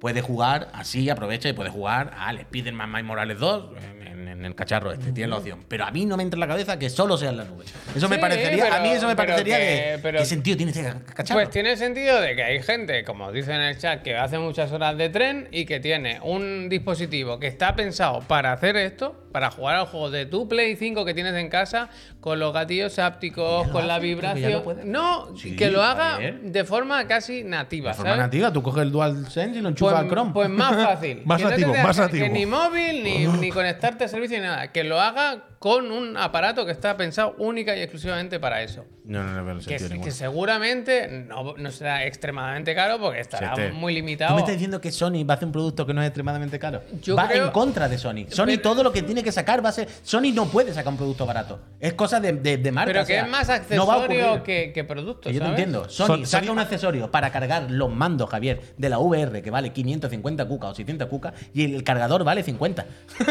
A: puede jugar así, aprovecha y puede jugar al Spider-Man Miles Morales 2 en, en- en el cacharro este, tiene la opción. Pero a mí no me entra en la cabeza que solo sea en la nube. Eso me
C: Sí,
A: parecería, a
C: pero-
A: mí eso me
C: pero
A: parecería
C: que-
A: que,
C: pero-
A: ¿qué sentido tiene este cacharro?
C: Pues tiene sentido de que hay gente, como dice en el chat, que hace muchas horas de tren y que tiene un dispositivo que está pensado para hacer esto, para jugar al juego de tu Play 5 que tienes en casa, con los gatillos
A: Ya
C: ápticos,
A: lo
C: con la
A: hace, creo que ya
C: vibración.
A: lo puede.
C: No,
A: Sí,
C: que lo haga
A: Javier.
C: de forma casi nativa,
A: de forma
C: ¿sabes?
A: nativa, tú coges el DualSense y lo enchufas
C: Pues,
A: al Chrome.
C: pues más fácil.
B: Más
C: Que no
B: nativo,
C: tengas
B: más
C: Que
B: nativo.
C: ni móvil, ni, ni conectarte a servicio, ni nada. Que lo haga con un aparato que está pensado única y exclusivamente para eso.
A: No, no, no veo el
C: Que,
A: sentido ninguno.
C: que seguramente no, no será extremadamente caro porque estará
A: Siete.
C: muy
E: Tú
C: limitado.
E: me estás diciendo que Sony va a hacer un producto que no es extremadamente caro.
C: Yo
E: va
C: creo-
E: en contra de Sony. Sony
C: Pero-
E: todo lo que tiene que sacar va a ser. Sony no puede sacar un producto barato. Es cosa de, de, de marca.
C: pero
E: o
C: que
E: sea,
C: es más
E: no va a
C: accesorio
E: ocurrir.
C: que, que producto.
E: Que Yo te
C: ¿sabes?
E: entiendo. Sony
B: Son-
E: saca
B: Sony-
E: un accesorio para cargar los mandos, Javier, de la VR que vale 550 cuca o 600 cuca y el cargador vale 50.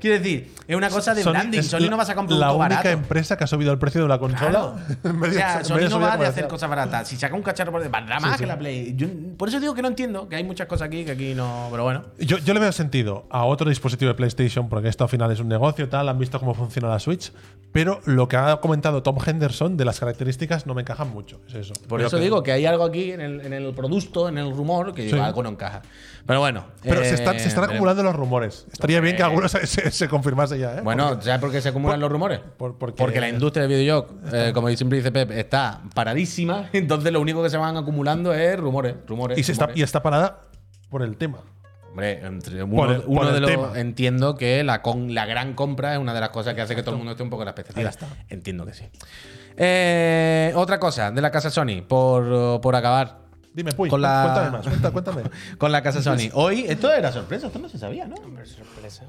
E: Quiero decir, es una cosa de branding.
B: es
E: Sony
B: la-
E: no va a sacar un producto
B: La única
E: barato.
B: empresa que ha subido el precio de la
E: Claro.
B: consola. en
E: o
B: medio-
E: sea,
B: en
E: Sony
B: medio
E: no
B: subida
E: va de
B: comercial.
E: hacer cosas baratas. Si saca un cacharro por valdrá más que la Play. Yo- por eso digo que no entiendo, que hay muchas cosas aquí que aquí no. Pero bueno.
B: Yo, yo le veo sentido a otro dispositivo de PlayStation, porque esto al final es un negocio, tal, han visto cómo funciona la Switch, pero lo que ha comentado Tom Henderson de las características no me encajan mucho. Es eso.
A: Por
B: Creo
A: eso
B: que-
A: digo que hay algo aquí en el, en el producto, en el rumor, que
B: Sí.
A: digo, algo no encaja. Pero bueno.
B: Pero
A: eh,
B: se, están, se están
A: veremos.
B: acumulando los rumores. Estaría bien que algunos se, se- se confirmase ya, ¿eh?
A: Bueno, ¿sabes por qué se acumulan los rumores?
B: por- porque-
A: la industria de videojuegos, eh, como siempre dice Pep, está paradísima. Entonces lo único que se van acumulando es rumores. rumores
B: y, se está,
A: rumores.
B: y está parada por el tema.
A: Hombre, entre uno,
B: Por el-
A: uno
B: por
A: de
B: el
A: los.
B: tema.
A: Entiendo que la, con, la gran compra es una de las cosas que hace que todo el mundo esté un poco en la expectativa. Entiendo que sí. Eh, otra cosa de la casa Sony, por, por acabar.
B: Dime, Puy,
A: Con la-
B: cuéntame más, cuenta- cuéntame.
A: Con la casa Sony. Hoy, esto era
E: Eso,
A: sorpresa.
E: esto no se sabía, ¿no?
C: Hombre, sorpresa.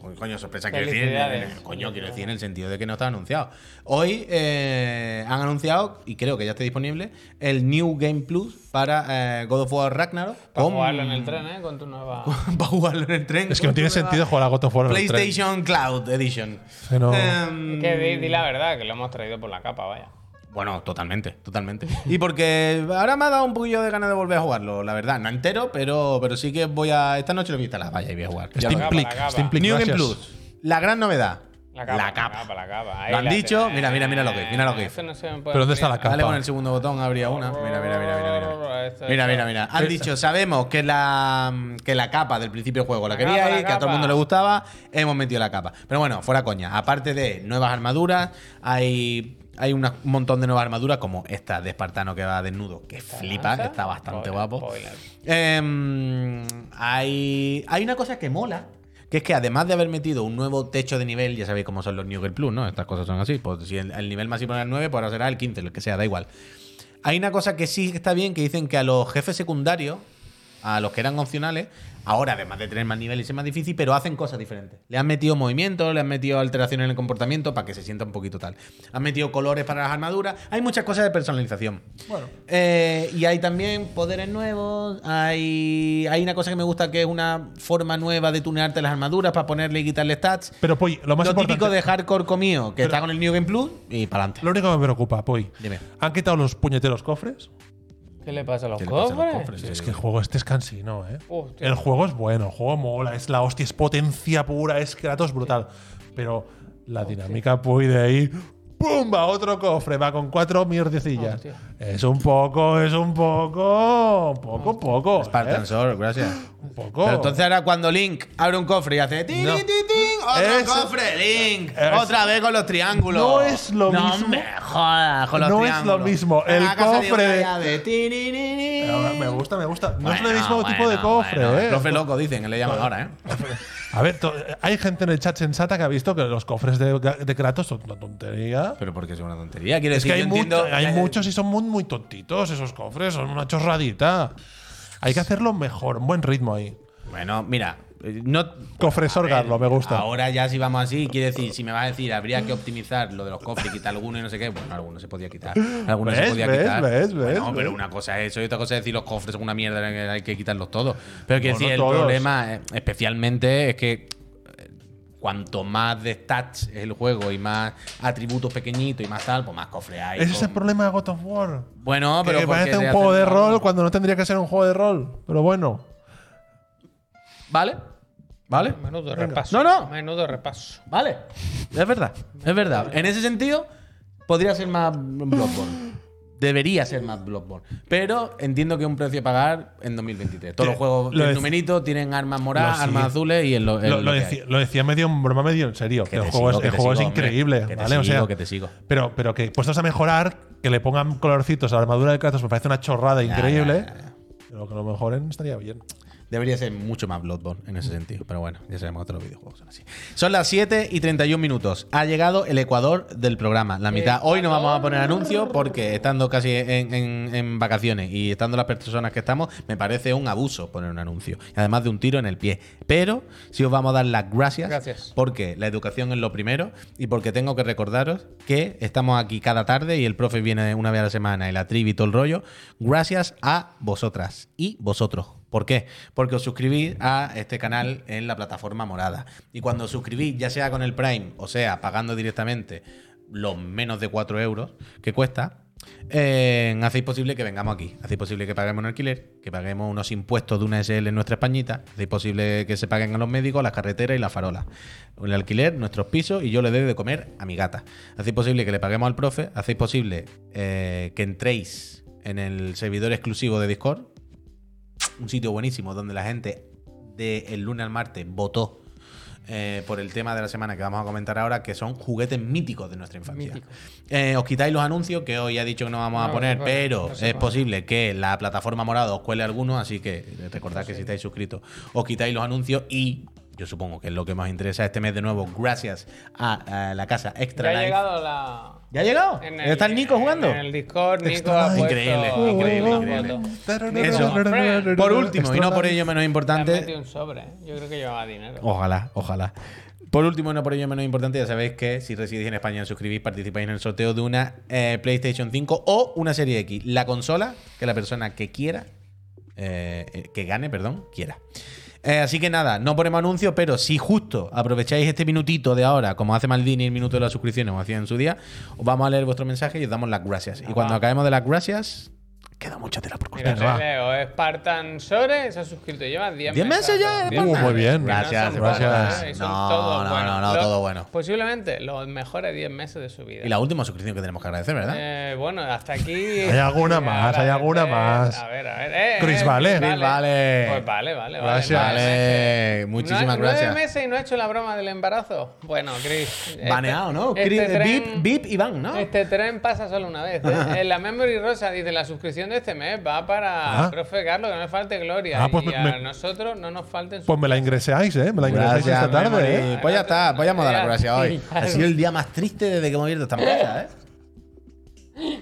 A: Co- Coño, sorpresa, quiero decir. en- en-
C: Felicidades.
A: Coño, quiero decir en el sentido de que no está anunciado. Hoy eh, han anunciado, y creo que ya está disponible, el New Game Plus para eh, God of War Ragnarok.
C: Para
A: con-
C: jugarlo en el tren, ¿eh? Con tu nueva.
A: para jugarlo en el tren.
B: Es que no
A: con
B: tiene
A: tu nueva
B: sentido jugar a God of War en el tren.
A: PlayStation Cloud Edition.
B: Que no-
A: Em,
C: que di, di la verdad, que lo hemos traído por la capa, vaya.
A: Bueno, totalmente, totalmente. Y porque ahora me ha dado un poquillo de ganas de volver a jugarlo, la verdad. No entero, pero, pero sí que voy a. Esta noche lo voy a instalar, vaya, y voy a jugar. Ya
B: Steam
A: lo-
C: acaba,
B: Click,
C: la acaba.
B: Steam Click,
A: New Game
B: gracias.
A: Plus. La gran novedad.
C: La capa. La capa. Ahí
A: Lo han
C: la-
A: dicho. Mira, mira, mira lo que- mira lo que-
C: Esto no se me puede
B: Pero ¿dónde está
C: abrir.
B: la capa?
A: Dale con el segundo botón, habría una. Mira, mira, mira, mira, mira,
C: Esto,
A: mira. Mira,
C: esto.
A: mira, mira. Han dicho, sabemos que la, que la capa del principio del juego la
C: La capa, la
A: queríais, que a todo el
C: capa.
A: mundo le gustaba, hemos metido la capa. Pero bueno, fuera coña. Aparte de nuevas armaduras, hay. Hay una- un montón de nuevas armaduras, como esta de Espartano que va desnudo, que flipa, que
C: lanza?
A: está bastante
C: Spoiler,
A: guapo.
C: spoiler.
A: Em, hay, hay una cosa que mola, que es que además de haber metido un nuevo techo de nivel, ya sabéis cómo son los New Game Plus, ¿no? Estas cosas son así. Pues si el, el nivel máximo era el 9, pues ahora será el 15, el que sea, da igual. Hay una cosa que sí está bien, que dicen que a los jefes secundarios, a los que eran opcionales, ahora además de tener más nivel y ser más difícil, pero hacen cosas diferentes. Le han metido movimiento, le han metido alteraciones en el comportamiento para que se sienta un poquito tal. Han metido colores para las armaduras, hay muchas cosas de personalización.
B: Bueno.
A: Eh, y hay también poderes nuevos, hay, hay una cosa que me gusta que es una forma nueva de tunearte las armaduras para ponerle y quitarle stats.
B: Pero, Puy, lo más
A: lo
B: importante.
A: típico de hardcore comido, que está con el New Game Plus y para adelante.
B: Lo único que me preocupa, Puy.
A: Dime.
B: Han quitado los puñeteros cofres.
C: ¿Qué le pasa a los
A: ¿Qué le pasa a los
C: cofres?
A: cofres?
B: Sí, es que el juego este es cansino, ¿eh?
C: Hostia.
B: El juego es bueno, el juego mola, es la hostia, es potencia pura, es Kratos brutal. Pero la dinámica puy de ahí. ¡Pum! Va otro cofre, va con cuatro mierdecillas.
C: Hostia.
B: Es un poco, es un poco, un poco, poco.
A: Spartan
B: ¿eh?
A: Sword, gracias.
B: Un poco.
A: Pero entonces ahora cuando Link abre un cofre y hace tin,
B: No.
A: tin, tin, tin, otro
B: Eso-
A: cofre, Link,
B: Eso-
A: otra vez con los triángulos.
B: No es lo
A: No
B: mismo.
A: me jodas con los
B: No es
A: triángulos.
B: lo mismo, el
A: Ah, casa de
B: cofre-
A: una llave, tin, tin, tin, tin.
B: Pero me gusta, me gusta. No es el
A: Bueno,
B: mismo tipo de
A: bueno,
B: cofre,
A: bueno.
B: ¿eh?
A: Cofre loco, dicen, le llaman ahora, ¿eh?
B: A ver, to- hay gente en el chat sensata que ha visto que los cofres de, de Kratos son una tontería.
A: Pero porque es una tontería. Quiero
B: Es
A: decir,
B: que hay,
A: yo
B: mu-
A: entiendo-
B: hay muchos y son muy, muy tontitos esos cofres, son una chorradita. Hay que hacerlo mejor, un buen ritmo ahí.
A: Bueno, mira, eh, no
B: Cofres orgarlo, me gusta.
A: Ahora ya si vamos así, quiere decir, si me vas a decir, habría que optimizar lo de los cofres, quitar alguno y no sé qué. Bueno, alguno se podía quitar. Alguno se
B: ¿Ves,
A: podía
B: ves,
A: quitar.
B: ves,
A: Bueno,
B: ves,
A: pero
B: ves?
A: una cosa es eso y otra cosa es decir los cofres son una mierda, que hay que quitarlos todos. Pero que
B: No,
A: decir,
B: no
A: el
B: todos.
A: problema eh, especialmente es que eh, cuanto más de stats es el juego y más atributos pequeñitos y más tal, pues más cofres hay.
B: Ese es el
A: con-
B: problema de God of War.
A: Bueno, pero
B: que
A: porque
B: parece
A: se
B: un
A: hace
B: juego de
A: todo-
B: rol cuando no tendría que ser un juego de rol. Pero bueno.
A: ¿Vale? ¿Vale?
C: Menudo repaso.
A: No, no.
C: Menudo repaso.
A: Vale. Es verdad, es verdad. En ese sentido, podría ser más Bloodborne. Debería ser más Bloodborne. Pero entiendo que es un precio a pagar en 2023. Todos los
B: Lo
A: juegos
B: dec-
A: del numerito tienen armas moradas,
B: lo
A: armas
B: sigue-
A: azules y el lo, es
B: Lo,
A: lo
B: lo
A: que
B: deci-
A: hay.
B: lo decía medio en broma, medio en serio.
A: Que
B: el
A: te
B: juego,
A: sigo,
B: es,
A: que
B: el
A: te
B: juego es
A: sigo, hombre.
B: increíble,
A: Que te
B: ¿vale? o
A: sigo,
B: sea,
A: que te sigo.
B: Pero, pero que puestos a mejorar, que le pongan colorcitos a la armadura de Kratos me parece una chorrada increíble.
A: ya, ya.
B: Pero que lo mejoren estaría bien.
A: Debería ser mucho más Bloodborne en ese sentido. Pero bueno, ya sabemos que todos los videojuegos son así. Son las 7 y 31 minutos. Ha llegado el Ecuador del programa, la mitad. Hoy no vamos a poner anuncios porque estando casi en, en- en vacaciones y estando las personas que estamos, me parece un abuso poner un anuncio. Además de un tiro en el pie. Pero sí os vamos a dar las gracias.
C: Gracias.
A: Porque la educación es lo primero y porque tengo que recordaros que estamos aquí cada tarde y el profe viene una vez a la semana y la trivi y todo el rollo. Gracias a vosotras y vosotros. ¿Por qué? Porque os suscribís a este canal en la plataforma morada. Y cuando os suscribís, ya sea con el Prime, o sea, pagando directamente los menos de 4 euros que cuesta, eh, hacéis posible que vengamos aquí, hacéis posible que paguemos un alquiler, que paguemos unos impuestos de una SL en nuestra Españita, hacéis posible que se paguen a los médicos, las carreteras y las farolas, el alquiler, nuestros pisos y yo le doy de comer a mi gata. Hacéis posible que le paguemos al profe, hacéis posible eh, que entréis en el servidor exclusivo de Discord, un sitio buenísimo donde la gente del lunes al martes votó eh, por el tema de la semana que vamos a comentar ahora, que son juguetes míticos de nuestra infancia.
C: Míticos.
A: Eh, os quitáis los anuncios, que hoy ha dicho que no vamos a
C: No,
A: poner,
C: se puede,
A: pero
C: no
A: es
C: se puede.
A: posible que la plataforma morada os cuele alguno, así que recordad que si estáis suscritos, os quitáis los anuncios y... Yo supongo que es lo que más interesa este mes de nuevo, gracias a, a la casa Extra
C: Ya ha
A: Life.
C: llegado la.
A: ¿Ya ha llegado?
C: en
A: ¿Está el Nico jugando?
C: En el Discord, Nico.
B: Extra-
C: ha puesto
A: Increíble,
C: una
A: increíble,
C: foto.
A: increíble.
C: Eso.
A: Por último, y no por
B: ello
A: ello menos
C: Le han
A: importante,
C: metido un sobre. ¿eh? Yo creo que llevaba dinero.
B: Oh,
A: Ojalá, ojalá. Por último, no por ello menos importante, ya sabéis que si residís en España, os suscribís, participáis en el sorteo de una eh, PlayStation 5 o una Serie X. La consola que la persona que quiera, eh, eh, que gane, perdón, quiera. Eh, así que nada, no ponemos anuncios, pero si justo aprovecháis este minutito de ahora, como hace Maldini el minuto de las suscripciones, como hacía en su día, os vamos a leer vuestro mensaje y os damos las gracias. Y cuando acabemos de las gracias, queda mucha tela por cortar.
C: Mira,
B: Venga, va.
C: te leo. ¿eh? Spartan Sore se ha suscrito. Lleva 10
A: ¿Diez meses ya,
C: Diez
A: Spartan?
B: Uh, muy
C: meses.
B: bien.
C: Que
A: Gracias,
C: son
B: gracias.
C: pocos, ¿eh? Y son
A: No,
C: todos
A: no,
C: buenos.
A: no, no,
C: Lo-
A: todo bueno.
C: Posiblemente los mejores 10 meses de su vida.
A: Y la última suscripción que tenemos que agradecer, ¿verdad?
C: Eh, bueno, hasta aquí.
B: Hay alguna más, hay alguna más.
C: A ver, a ver. eh,
B: Chris
C: eh,
B: Vale.
A: Chris Vale.
C: Pues vale, vale, vale.
B: Gracias.
C: nueve meses.
A: Vale, muchísimas
C: Nueve-
A: gracias.
C: Nueve meses y no ha hecho la broma del embarazo. Bueno, Chris. este-
A: Baneado, ¿no?
C: este
A: Chris- Bip,
C: tren-
A: Bip y Van, ¿no? Ah.
C: Este tren pasa solo una vez. ¿eh? En la Memory Rosa dice: La suscripción de este mes va para
B: Ah.
C: profe Carlos, que no le falte gloria.
B: Ah, pues
C: y
B: me-
C: a
B: me-
C: nosotros no nos falten sus
B: Pues me la ingresáis, ¿eh? Me la ingresáis
A: Gracias,
B: esta tarde,
A: Memory.
B: ¿eh?
A: Pues ya está, pues ya hemos dado las gracias hoy.
C: Sí, claro.
A: Ha sido el día más triste desde que hemos abierto esta mesa, ¿eh?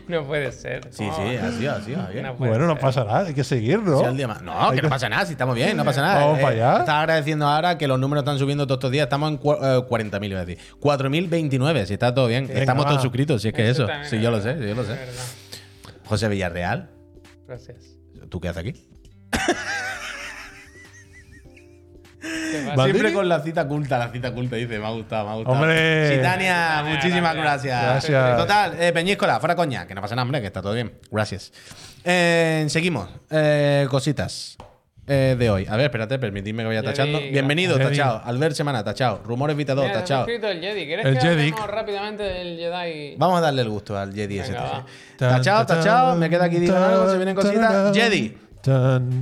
C: No puede ser.
A: Sí,
C: No,
A: sí, ha sido, ha sido. ha sido.
C: no puede
B: Bueno, no
C: ser.
B: pasa nada, hay que seguir,
A: Ha
B: ¿no?
A: sido el día más- No, que no pasa nada, si estamos bien, no pasa nada.
B: Vamos
A: Eh,
B: para allá.
A: Estaba agradeciendo ahora que los números están subiendo todos estos días. Estamos en cua- eh, 40.000, iba a decir. 4.029, si está todo bien. Estamos
B: va.
A: todos suscritos, si es que eso.
C: también
A: Sí,
C: es
A: yo lo sé,
C: verdad,
A: sí, yo lo sé.
C: es verdad.
A: José Villarreal,
C: Gracias.
A: ¿tú qué haces aquí?
C: ¿Qué pasa?
B: Vale.
A: Siempre
B: ¿Maldini?
A: con la cita culta, la cita culta dice, me ha gustado, me ha gustado.
B: Hombre.
A: Titania, muchísimas gracias.
C: gracias.
B: Gracias.
A: Total, eh, Peñíscola, fuera coña, que no pasa nada, hombre, que está todo bien. Gracias. Eh, seguimos. Eh, cositas eh, de hoy. A ver, espérate, permitidme que vaya
C: Ya
A: tachando.
C: di-
A: Bienvenido,
B: Ya di.
A: tachado. Albert Semana, tachado. Rumores Vitador,
C: Mira, se ha
A: tachado.
C: suscrito el Jedi. ¿Quieres
B: El
C: que
B: Jedi.
C: hablemos rápidamente del Jedi?
A: Vamos a darle el gusto al Jedi ese.
C: Venga, va.
A: Tachado, tachado. Me queda aquí diciendo algo, se vienen cositas. Jedi.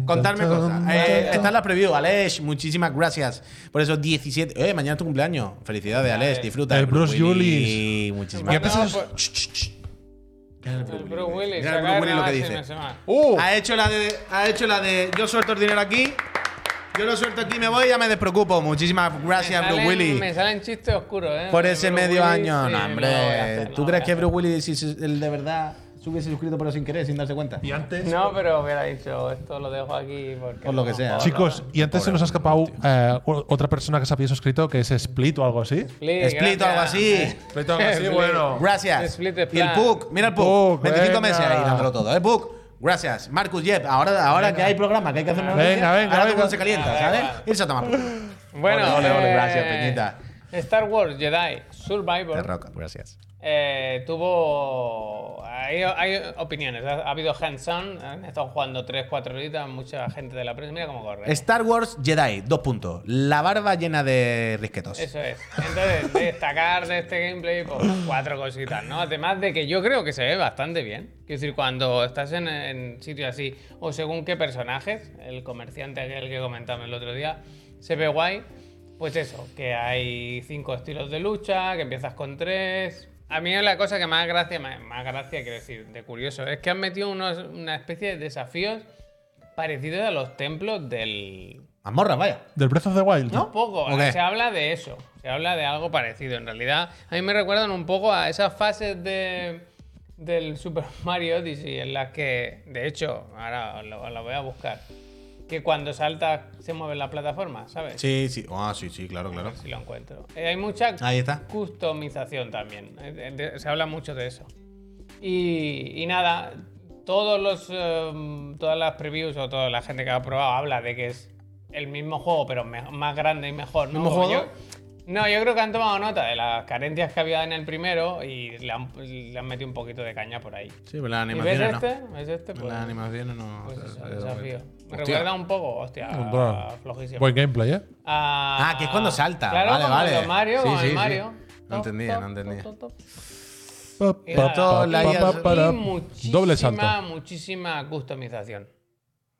A: Contarme cosas. Eh, están las preview. Alej, muchísimas gracias por esos 17. Eh, mañana es tu cumpleaños. Felicidades, Alej. Disfruta.
B: El Bruce
A: Willis. Muchísimas
B: ¿Qué
C: Bueno,
A: gracias.
B: pensás?
C: pues, El Bruce Willis.
A: Mira el Bruce
C: se acaba
A: Willis lo que
C: de
A: dice.
C: una semana.
B: ¡Uh!
A: Ha hecho la de. Ha hecho la de. Yo suelto el dinero aquí. Yo lo suelto aquí, me voy y ya me despreocupo. Muchísimas gracias,
C: Me
A: Bruce
C: salen-
A: Willis.
C: Me salen chistes oscuros, ¿eh?
A: Por
C: El
A: ese
C: Bruce
A: medio
C: Willis,
A: año.
C: sí,
A: no,
C: me lo voy a hacer,
A: hombre. ¿Tú crees
C: no, me lo
A: que
C: voy a
A: Bruce Willis, si se- él de verdad se hubiese suscrito pero sin querer, sin darse cuenta?
B: Y antes.
C: hacer. No, pero hubiera dicho, esto lo dejo aquí porque...
A: Por lo que
C: no,
A: sea.
C: por-
B: Chicos, y antes se nos ha escapado eh, o- otra persona que se había suscrito, que es Split o algo así.
C: Split,
A: Explito algo
C: gracias.
A: así.
B: Split o algo así, bueno.
A: Gracias.
C: Split de
A: Y el
C: plan.
A: Puck, mira el Puck.
B: Puck,
A: 25
B: venga.
A: meses ahí dándolo todo, ¿eh? Puck. Gracias. Marcus Jeb, ahora, ahora que hay programa, que hay que hacer una
B: Venga,
A: noticia,
B: venga,
A: ahora todo el
B: venga.
A: mundo se calienta,
C: Ah,
A: ¿sabes?
C: venga.
A: Irse a tomar por culo.
C: Bueno,
A: Ole, ole, ole,
C: eh,
A: gracias, Peñita.
C: Star Wars Jedi
A: Te
C: Survivor
A: roca, gracias.
C: eh, tuvo. Hay, hay opiniones. Ha, ha habido hands-on. Han estado jugando 3-4 horitas. Mucha gente de la prensa. Mira cómo corre.
A: Star Wars Jedi, dos puntos. La barba llena de risquetos.
C: Eso es. Entonces, destacar de este gameplay, pues cuatro cositas, ¿no? Además de que yo creo que se ve bastante bien. Quiero decir, cuando estás en, en sitios así, o según qué personajes, el comerciante aquel que comentamos el otro día, se ve guay. Pues eso, que hay cinco estilos de lucha, que empiezas con tres. A mí es la cosa que más gracia, más, más gracia, quiero decir, de curioso, es que han metido unos, una especie de desafíos parecidos a los templos del.
A: Mazmorra, vaya.
B: Del Breath of the Wild.
C: No, un poco.
A: ¿O qué?
C: Se habla de eso. Se habla de algo parecido. En realidad, a mí me recuerdan un poco a esas fases de del Super Mario Odyssey en las que, de hecho, ahora os lo, os lo voy a buscar. Que cuando saltas se mueve la plataforma, ¿sabes?
A: Sí, sí. Ah, sí, sí, claro,
C: A
A: claro.
C: ver si lo encuentro. Eh, hay mucha
A: Ahí está.
C: customización también. Eh, de- de- se habla mucho de eso. Y, y nada, todos los, em, todas las previews o toda la gente que ha probado habla de que es el mismo juego, pero me- más grande y mejor. ¿no?
E: ¿Mismo
C: Como
E: juego?
C: yo- no, yo creo que han tomado nota de las carencias que había en el primero y le han, le han metido un poquito de caña por ahí.
A: Sí, pero las
C: ¿Y ves
A: animaciones no.
C: este? ¿Ves este? Pues,
A: Las animaciones no.
C: pues
A: o sea,
C: eso,
A: es-
C: desafío.
A: Hostia.
C: Recuerda un poco, hostia,
B: Hombre.
C: flojísimo.
B: Buen gameplay, ¿eh?
C: Ah,
A: Ah, que es cuando salta.
C: Claro,
A: Vale,
C: como
A: vale.
C: los Mario,
A: Sí,
C: como
A: sí,
C: el
A: sí.
C: Mario.
A: No entendía, no entendía.
B: Pa,
C: Y
B: pa,
C: nada,
B: pa,
C: y
A: la
B: pa,
A: IA-
B: pa, pa, pa.
C: muchísima,
B: Doble salto.
C: muchísima customización.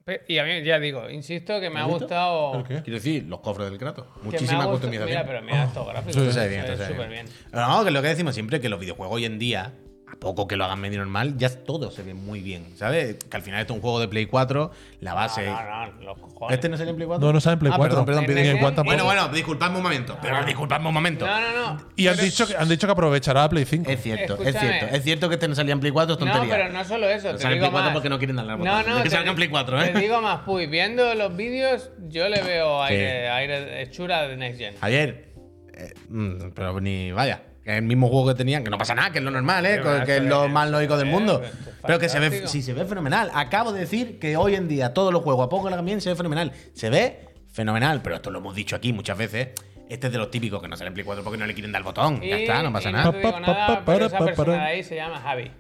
C: Pe- Y a mí, ya digo, insisto que me ha
E: ¿Has visto?
C: gustado.
B: ¿El qué?
A: Quiero decir, los cofres del Kratos.
C: que me ha
A: Muchísima
C: gustado-
A: customización.
C: Mira, pero mira estos gráficos.
A: Esto se ve bien,
C: se ve
A: esto se ve
C: súper
A: bien.
C: bien.
A: No, que es lo que decimos siempre, que los videojuegos hoy en día, a poco que lo hagan medio normal, ya todo se ve muy bien, ¿sabes? Que al final esto es un juego de Play 4, la base...
C: No, no, no, los cojones.
A: ¿Este no sale en Play 4?
B: No, no sale en Play
A: Ah,
B: 4.
A: perdón, perdón,
C: perdón.
B: Ni en
C: NC,
B: One tampoco.
A: Bueno, bueno, disculpadme un momento. Pero disculpadme un momento.
C: No, no, no.
B: Y han dicho, que- han dicho que aprovechará la Play 5.
A: Es cierto, es
C: Escúchame.
A: cierto. Es cierto que este no salía en Play 4, es tontería.
C: No, pero no solo eso.
A: Pero
C: Te
A: sale en Play
C: digo
A: 4
C: más.
A: porque no quieren darle al
C: No,
A: botón.
C: no.
A: De que
C: te-
A: salga en Play 4, ¿eh?
C: Te digo más, Puy. Viendo los vídeos, yo le veo aire, aire hechura de Next Gen.
A: Ayer, eh, mm, pero ni vaya. Que es el mismo juego que tenían, que no pasa nada, que es lo normal, ¿eh?
C: Pero
A: que-
C: esto
A: que es
C: es-
A: lo más lógico del
C: eh,
A: mundo.
C: esto es
A: Pero que se ve,
C: fantástico.
A: sí, se ve fenomenal. Acabo de decir que hoy en día todos los juegos, a poco que también se ve fenomenal. Se ve fenomenal, pero esto lo hemos dicho aquí muchas veces. Este es de los típicos que no sale en Play 4 porque no le quieren dar el botón. ya
C: Y-
A: está, no pasa
C: y
A: nada.
C: te digo
B: Pa, pa,
C: nada,
B: pa,
C: pero
B: para,
C: esa
B: pa,
C: persona
B: para.
C: de ahí se llama Javi.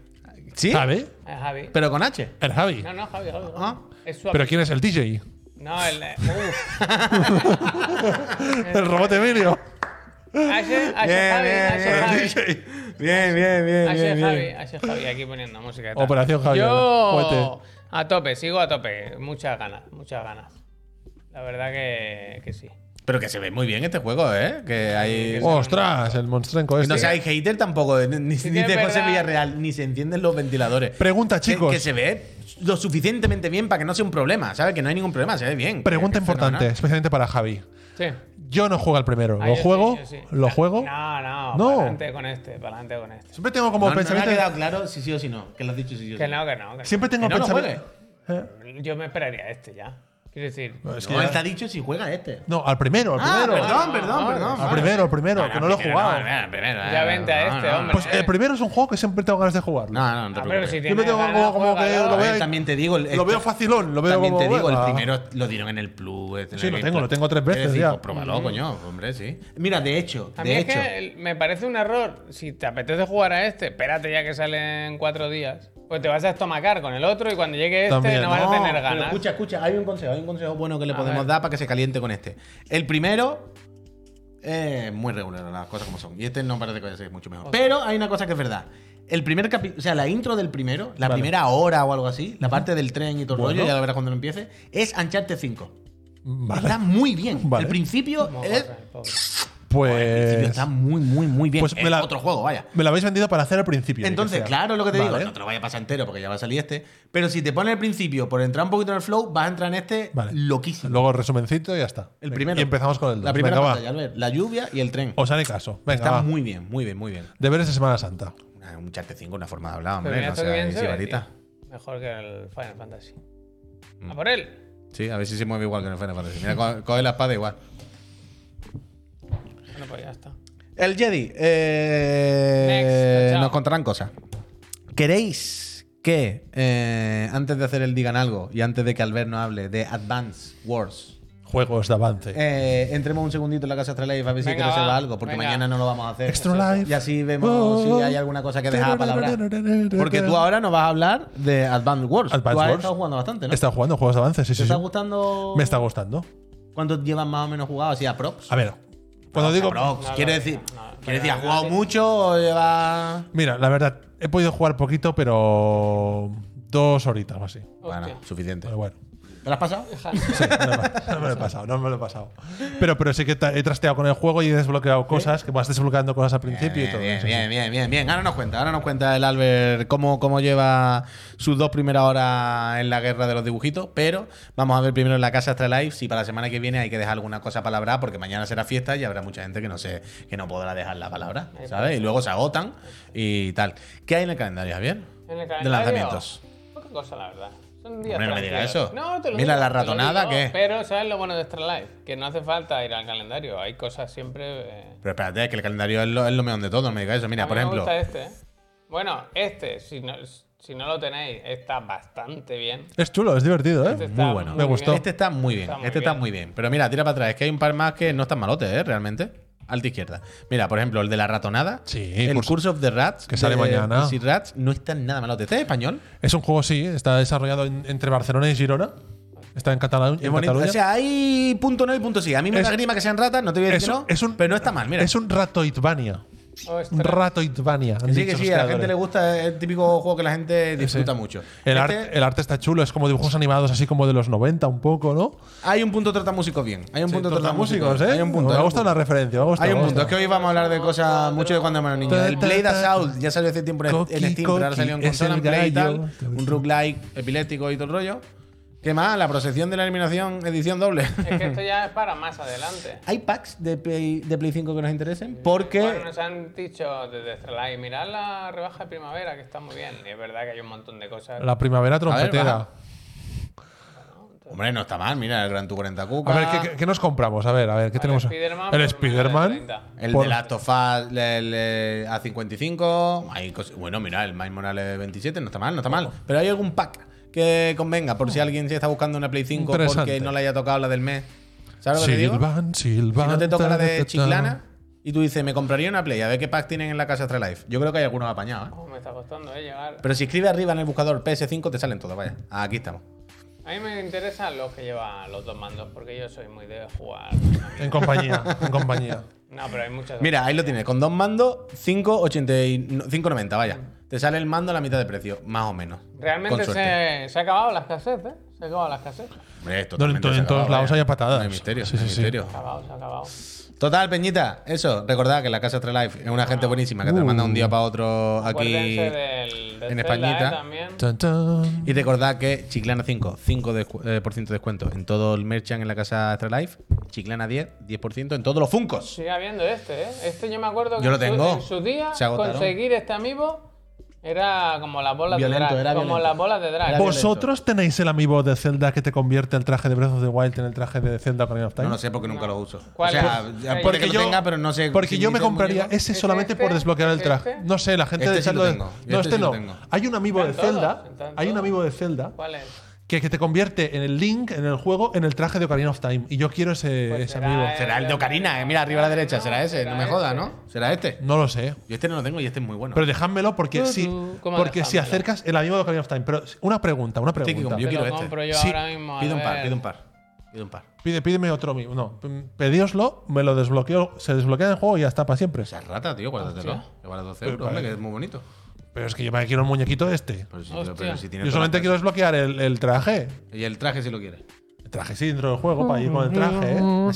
A: ¿Sí?
B: ¿Javi?
C: Es Javi.
A: Pero con H.
B: El Javi.
C: No, no, Javi, Javi. Javi.
A: Ah.
C: Es su
B: ¿Pero quién es el DJ?
C: No, el. Uf.
B: El robot Emilio.
C: Ashe, Ashe Javi, Ashe Javi.
A: Bien, bien, bien,
C: Ashe
A: bien, bien.
C: Javi, Ashe Javi, aquí poniendo música. y tal.
B: Operación Javi,
C: Yo
B: juguete.
C: a tope, sigo a tope. Muchas ganas, muchas ganas. La verdad que, que sí.
A: Pero que se ve muy bien este juego, ¿eh? Que hay.
B: ¡Ostras! El monstrenco
A: Y
B: este.
A: No seáis hater tampoco, eh, ni, ni
C: Sí que
A: ni
C: es
A: de José
C: verdad.
A: Villarreal, ni se encienden los ventiladores.
B: Pregunta,
A: Que-
B: chicos.
A: Que, se ve lo suficientemente bien para que no sea un problema, ¿sabes? Que no hay ningún problema, se ve bien. Que- que
B: Pregunta
A: es
B: importante,
A: fenomenal.
B: especialmente para Javi.
C: Sí.
B: Yo no juego al primero.
C: Ah,
B: ¿Lo
C: yo sí,
B: juego?
C: yo sí.
A: Ah,
B: ¿Lo juego?
C: No,
B: No.
C: no, no. Para adelante con este, para adelante con este.
B: Siempre tengo como
A: No, no, no
B: pensamiento.
A: me ha quedado claro si sí o si no, que lo has dicho si sí o
C: Que
A: si no.
C: no, que no. que
B: Siempre tengo
A: que no lo
B: pensamiento. ¿Eh?
C: no. Yo me esperaría a este ya. Quiero decir.
B: No, es que
A: No,
B: ya-
A: él te ha dicho si juega este.
B: no, al primero, al
A: Ah,
B: primero.
A: perdón,
C: no,
A: perdón,
C: no,
A: perdón.
B: al
A: vale.
B: Ah, primero, al primero, que no lo he
A: primero,
B: jugado.
A: no, al primero,
C: Ya
A: eh,
C: vente a
A: no,
C: este,
A: no,
C: hombre.
B: pues el primero es un juego que siempre tengo ganas de jugarlo.
A: No, no, no te
C: Ah, pero
A: preocupes.
C: si
B: Yo me
C: tienes
B: tengo
C: ganas,
B: como, como que.
C: juégalo.
B: Lo
A: A ver,
B: veo, ahí-
A: ¿eh? también te digo, el-
B: lo veo facilón, lo veo
A: También
B: como,
A: te digo,
B: bueno,
A: el primero lo dieron en el Plus. en
B: Sí,
A: el
B: lo
A: Game
B: tengo,
A: Club.
B: lo tengo tres
A: Quiero
B: veces
A: decir,
B: ya.
A: pues, Pruébalo, coño, hombre, sí. Mira, de hecho,
C: A mí
A: de
C: es
A: hecho.
C: que el- me parece un error. Si te apetece jugar a este, espérate ya que sale en cuatro días. Pues te vas a estomacar con el otro y cuando llegue este
B: También,
C: no vas
B: no,
C: a tener
A: Pero
C: ganas.
A: escucha, escucha, hay un consejo, hay un consejo bueno que le
C: A
A: podemos
C: ver.
A: dar para que se caliente con este. El primero es muy regular, las cosas como son. Y este no parece que sea mucho mejor. Pero hay una cosa que es verdad. El primer capi- o sea, la intro del primero, la
B: Vale.
A: primera hora o algo así, la parte del tren y todo el
B: Bueno.
A: rollo, ya lo verás cuando lo empiece, es Uncharted 5. Está
B: Vale,
A: muy bien.
B: Vale.
A: El principio
C: No,
A: es.
C: pobre, pobre.
A: el principio
B: pues.
A: está muy, muy, muy bien.
B: Pues me
A: es
B: la-
A: otro juego, vaya.
B: Me lo habéis vendido para hacer al principio.
A: Entonces,
B: que sea.
A: claro, lo que te
B: Vale.
A: digo, ¿eh? no te lo vaya a pasar entero porque ya va a salir este. Pero si te pones al principio por entrar un poquito en el flow, vas a entrar en este
B: Vale.
A: loquísimo.
B: Luego resumencito y ya está.
A: El
B: Venga,
A: primero.
B: Y empezamos con el dos.
A: La primera
B: Venga, va.
A: pantalla, Albert. La lluvia y el tren.
B: Os haré caso. Venga,
A: Está
B: va.
A: muy bien, muy bien, muy bien.
B: Deberes de Semana Santa.
A: Una- Un charte 5, una forma de hablar,
C: Pero
A: hombre.
C: mira
A: No
C: esto que bien
A: seas
C: se ve,
A: sibarita.
C: tío. Mejor que el Final Fantasy.
A: Mm.
C: A por él.
A: Sí, a ver si se mueve igual que en el Final Fantasy. Mira, co- coge la espada igual.
C: Bueno, pues ya está.
A: El Jedi. eh,
C: Next, chao.
A: nos contarán cosas. ¿Queréis que, eh, antes de hacer el Digan Algo y antes de que Albert nos hable de Advance Wars,
B: Juegos de avance.
A: eh, entremos un segundito en la casa Astralife a ver si hay que
C: Venga,
A: reserva
C: va,
A: algo? Porque
C: venga.
A: mañana no lo vamos a hacer.
B: Extra Life. Oh.
A: Y así vemos si hay alguna cosa que dejar a palabra. Porque tú ahora nos vas a hablar de Advanced Wars.
B: Advance
A: tú has
B: Wars.
A: estado jugando bastante, ¿no?
B: He estado jugando juegos de avance, sí,
A: ¿Te
B: sí.
A: está
B: sí.
A: gustando?
B: Me está gustando.
A: ¿Cuánto llevas más o menos jugado así a props?
B: A ver, cuando digo.
A: Props,
C: No,
A: quiero
C: no,
A: decir,
C: no, no,
A: quiero decir,
C: no,
A: ¿has
C: no,
A: jugado
C: no.
A: mucho o llevas...?
B: Mira, la verdad, he podido jugar poquito, pero. Dos horitas o así.
A: Bueno,
C: Hostia.
A: suficiente.
B: Pero bueno.
A: ¿Te lo has pasado?
B: Sí, no, me lo- no me lo he pasado, no me lo he pasado. Pero, pero sí que ta- he trasteado con el juego y he desbloqueado cosas, que vas desbloqueando cosas al principio y todo
A: bien,
B: eso.
A: Bien,
B: sí.
A: bien, bien, bien. Ahora nos cuenta, ahora nos cuenta el Albert cómo, cómo lleva sus dos primeras horas en la guerra de los dibujitos, pero vamos a ver primero en la casa Astralife si para la semana que viene hay que dejar alguna cosa palabra, porque mañana será fiesta y habrá mucha gente que no sé, que no podrá dejar la palabra, ¿sabes? Y luego se agotan y tal. ¿Qué hay en el calendario, Javier?
C: En el calendario.
A: De lanzamientos.
C: Poca cosa, la verdad. Son días
A: Hombre, no me digas
C: tranquilos.
A: eso.
C: No, te lo
A: Mira
C: digo,
A: la
C: te lo
A: ratonada
C: digo,
A: que-
C: Pero, ¿sabes lo bueno de Extra Life? Que no hace falta ir al calendario. Hay cosas siempre. eh,
A: Pero espérate, que el calendario es lo, es lo mejor de todo, no me digas eso. Mira,
C: a mí
A: por
C: me
A: ejemplo,
C: gusta este, ¿eh? Bueno, este, si no, si no lo tenéis, está bastante bien.
B: Es chulo, es divertido, ¿eh?
C: Este está
A: muy bueno.
B: Me gustó.
C: bien.
A: Este está muy bien,
C: Está muy
A: este está
C: bien.
A: muy bien. Pero mira, tira para atrás, es que hay un par más que no están malotes, ¿eh? Realmente. Alta izquierda. Mira, por ejemplo, el de la ratonada.
B: Sí,
A: el
B: curso-
A: curso, of the Rats.
B: que sale mañana.
A: Si Rats no está nada malote. Este es español.
B: Es un juego, sí, está desarrollado en- entre Barcelona y Girona. Está en, Catalu-
A: Es
B: en
A: bonito.
B: Cataluña.
A: O sea, hay punto no y punto sí. A mí me
B: Es-
A: da grima que sean ratas, no te voy a decir
B: es,
A: que no.
B: un- es un,
A: pero no está mal, mira.
B: Es un ratoitvania.
C: Oh, este-
B: Un ratoitvania. han
A: Que sí,
B: dicho
A: que
B: los
A: sí, a la
B: creadores.
A: gente le gusta. Es el típico juego que la gente disfruta mucho.
B: El,
A: Este-
B: arte, el arte está chulo, es como dibujos animados así como de los 90 un poco, ¿no?
A: Hay un punto trata músicos bien. Hay un
B: Sí,
A: punto
B: torta
A: trata músicos.
B: músicos, ¿eh?
A: Hay un punto.
B: me
A: hay
B: ha
A: un
B: gustado
A: punto.
B: la referencia, me ha gustado.
A: Hay un
B: me ha
A: punto, es que
B: gustado.
A: hoy vamos a hablar de cosas mucho de cuando éramos niños. El Blade Assault ya salió hace tiempo en,
B: Coqui,
A: en Steam, pero ahora
B: coqui,
A: salió en
B: es
A: consola,
B: el
A: en Play y
B: gallo.
A: tal. Un roguelike epiléptico y todo el rollo. ¿Qué más? La procesión de la eliminación, edición doble.
C: Es que esto ya es para más adelante.
A: ¿Hay packs de Play, de Play 5 que nos interesen? Porque.
C: Bueno, nos han dicho desde Extra Life, mirad la rebaja de primavera, que está muy bien. Y es verdad que hay un montón de cosas.
B: La primavera
A: va.
B: trompetera.
A: Hombre, no está mal, mira, el Gran Tu 40
B: A
A: Cuca.
B: ver, ¿qué- ¿qué, qué nos compramos? A ver, a ver, ¿qué
C: Al
B: tenemos?
C: Spiderman por
B: el
C: menos de
B: Spider-Man.
C: 30.
A: El
B: por-
A: de Last of Us, el, eh, el A55. Hay cos- bueno, mira, el Miles Morales 27 no está mal, no está mal. Pero hay algún pack que convenga, por si alguien se está buscando una Play 5 porque
B: Oh. Interesante.
A: no le haya tocado la del mes. ¿Sabes lo que te digo?
B: Silvan, Silvan.
A: Si no te toca la de
B: ta, ta, ta.
A: Chiclana y tú dices, me compraría una Play, a ver qué pack tienen en la casa Astralife. Yo creo que hay algunos apañados. ¿eh?
C: Oh, me está costando eh, llegar.
A: Pero si escribes arriba en el buscador PS5 te salen todos, vaya. Aquí estamos.
C: A mí me interesan los que llevan los dos mandos, porque yo soy muy de jugar.
B: En compañía, en compañía.
C: No, pero hay muchas.
A: Mira, ahí lo tienes, con dos mandos, 5,80 y no- 5,90, vaya. Te sale el mando a la mitad de precio, más o menos.
C: Realmente
A: Con suerte.
C: se, se ha acabado la escasez, ¿eh? Se ha acabado la escasez. Se
A: Hombre, es
B: No, en,
A: totalmente
B: to- en
A: desacabado,
B: todos lados
A: vaya.
B: hay patadas.
A: No hay misterio,
B: Sí,
A: no hay
B: sí, sí.
A: misterio.
C: ha acabado, se ha acabado.
A: Total, Peñita, eso, recordad que la casa Astralife es una gente buenísima que te
B: Uh.
A: manda un día para otro aquí.
C: Acuérdense
A: en
C: del, del Zelda,
A: Españita.
C: ¿eh? también.
B: Tan, tan.
A: Y recordad que Chiclana 5, 5% de, eh, por ciento de descuento en todo el merchant en la casa Astralife. Chiclana 10, 10% en todos los Funcos.
C: Sigue habiendo este, ¿eh? Este yo me acuerdo que
A: Yo lo
C: en su-
A: tengo.
C: en su día
A: Se agotaron.
C: conseguir este amigo era como las bolas
A: Violento,
C: de drag.
A: era
C: como
A: violento.
C: las bolas de drag.
A: Era violento.
B: ¿Vosotros tenéis el amigo de Zelda que te convierte el traje de Breath of the Wild en el traje de Zelda Ocarina of Time?
A: No lo sé porque nunca lo uso.
C: ¿Cuál
A: o sea,
C: es?
A: ya puede
C: Porque
A: que lo
B: yo-
A: tenga, pero no sé.
B: Porque
A: si
B: yo
A: ni
B: me
A: tengo
B: compraría
A: muñeco.
B: ese
C: ¿Es
B: solamente por
C: este?
B: desbloquear el
C: ¿Es
B: traje.
C: este?
B: No sé, la gente
A: Este
B: de
A: sí lo
B: Zelda.
A: tengo,
B: no,
A: este
B: este
A: sí lo
B: no.
A: tengo.
B: Hay un amigo de
C: Están todos,
B: Zelda.
C: están
B: Hay un
C: todos.
B: amigo de Zelda
C: ¿Cuál es?
B: que, que te convierte en el Link, en el juego, en el traje de Ocarina of Time. Y yo quiero ese,
C: Pues
B: ese
C: será
B: amigo.
C: el-
A: Será el de Ocarina, eh, mira, arriba a la derecha, será ese, no me jodas,
C: ese.
A: ¿no? Será este.
B: No lo sé.
A: Yo este no lo tengo y este es muy bueno.
B: Pero dejádmelo porque
C: Tú,
B: si,
C: tú, ¿cómo
B: porque si
C: dejádmelo?
B: acercas el amigo de Ocarina of Time. Pero una pregunta, una
A: Tiki
B: pregunta.
A: con- yo
C: Te
A: quiero
C: lo
A: este.
C: compro yo
B: Sí,
C: ahora mismo. a
A: Pide un par,
C: ver.
A: pide un par. Pide un par.
B: Pide, pídeme otro amigo. No, p- pedíoslo, me lo desbloqueo, se desbloquea el juego y ya está para siempre.
A: O sea, rata, tío, guárdatelo. Que vale 12 euros,
B: Pero
A: hombre,
B: vale.
A: que es muy bonito.
B: Pero es que yo me quiero el muñequito este.
A: Pero si,
C: Hostia.
A: pero si tiene
B: Yo
A: toda
B: solamente
A: la
B: quiero desbloquear el, el traje.
A: casa. Y el traje si lo quieres.
B: El traje sí dentro del juego para ir con el traje, ¿eh?
A: Yo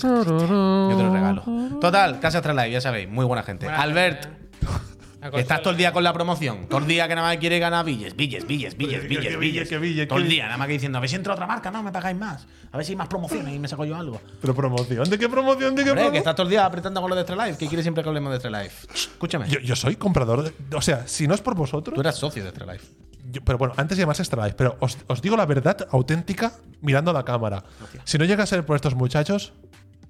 A: te lo regalo. Total, Casa Astralife, ya sabéis, muy buena gente.
C: Buena
A: Albert,
C: gente, eh. La
A: que estás
C: consola.
A: todo el día con la promoción. Todo el día que nada más quiere ganar billes, billes, billes, billes,
B: Que
A: billes,
B: bille, que bille,
A: billes. Todo
B: que
A: el
B: bille.
A: día, nada más que diciendo, a ver si entra otra marca, no, me pagáis más. A ver si hay más promociones y me saco yo algo.
B: Pero promoción, ¿de qué promoción? ¿De qué
A: Hombre, que
B: promoción?
A: estás todo el día apretando con lo de Astralife, que quiere siempre que hablemos de Astralife. Shh, Escúchame,
B: Yo, yo soy comprador. de- o sea, si no es por
A: tú
B: vosotros.
A: eras socio de Astralife.
B: yo- pero bueno, antes de llamarse Extra Life, pero os, os digo la verdad auténtica mirando a la cámara. Si no llega a ser por estos muchachos,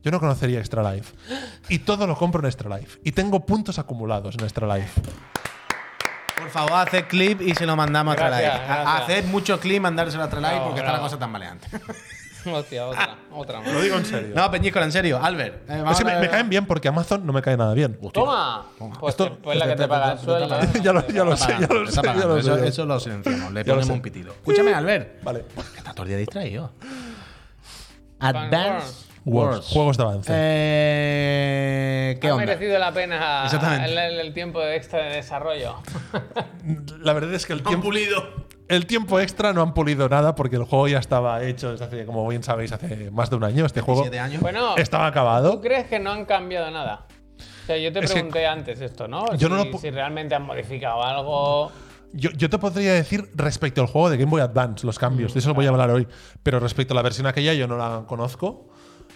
B: yo no conocería Extra Life. Y todo lo compro en Extra Life. Y tengo puntos acumulados en Extra Life.
A: Por favor, haced clip y se lo mandamos a
C: Gracias,
A: Astralife. Ha-
C: gracias.
A: Haced muchos clips, mandárselo a Astralife
C: Bravo,
A: porque está la
C: bravo.
A: cosa tan maleante.
C: Hostia, otra. Otra más.
B: Lo digo en serio.
A: No, Peñíscola, en serio, Albert. eh, vamos
B: es que
A: a-
B: me, me caen bien porque Amazon no me cae nada bien.
C: Toma. Pues,
B: Esto-
C: pues la que te paga el sueldo. ¿eh?
B: ya lo, ya lo sé, ya
A: Pagando,
B: lo
A: está
B: sé. ya
A: pagando.
B: lo
A: Eso,
B: sé.
A: eso lo silenciamos, le
B: Ya lo
A: ponemos
B: sé.
A: un pitido. Escúchame, Albert.
B: Vale.
A: Que está todo el día distraído. Advance
B: Wars, juegos de avance.
A: Eh, ¿Qué
C: ha
A: onda?
C: merecido la pena
A: Exactamente.
C: el, el tiempo extra de este desarrollo.
B: La verdad es que el tiempo.
A: pulido.
B: El tiempo extra no han pulido nada porque el juego ya estaba hecho desde hace, como bien sabéis, hace más de un año. Este juego
A: 17 años.
C: Bueno,
B: estaba
C: ¿tú
B: acabado.
C: crees que no han cambiado nada? O sea, yo te
B: Es que-
C: pregunté antes esto, ¿no?
B: Yo
C: si,
B: no lo pu-
C: si realmente han modificado algo.
B: Yo, yo te podría decir respecto al juego de Game Boy Advance, los cambios, de eso voy a hablar hoy. Pero respecto a la versión aquella, yo no la conozco.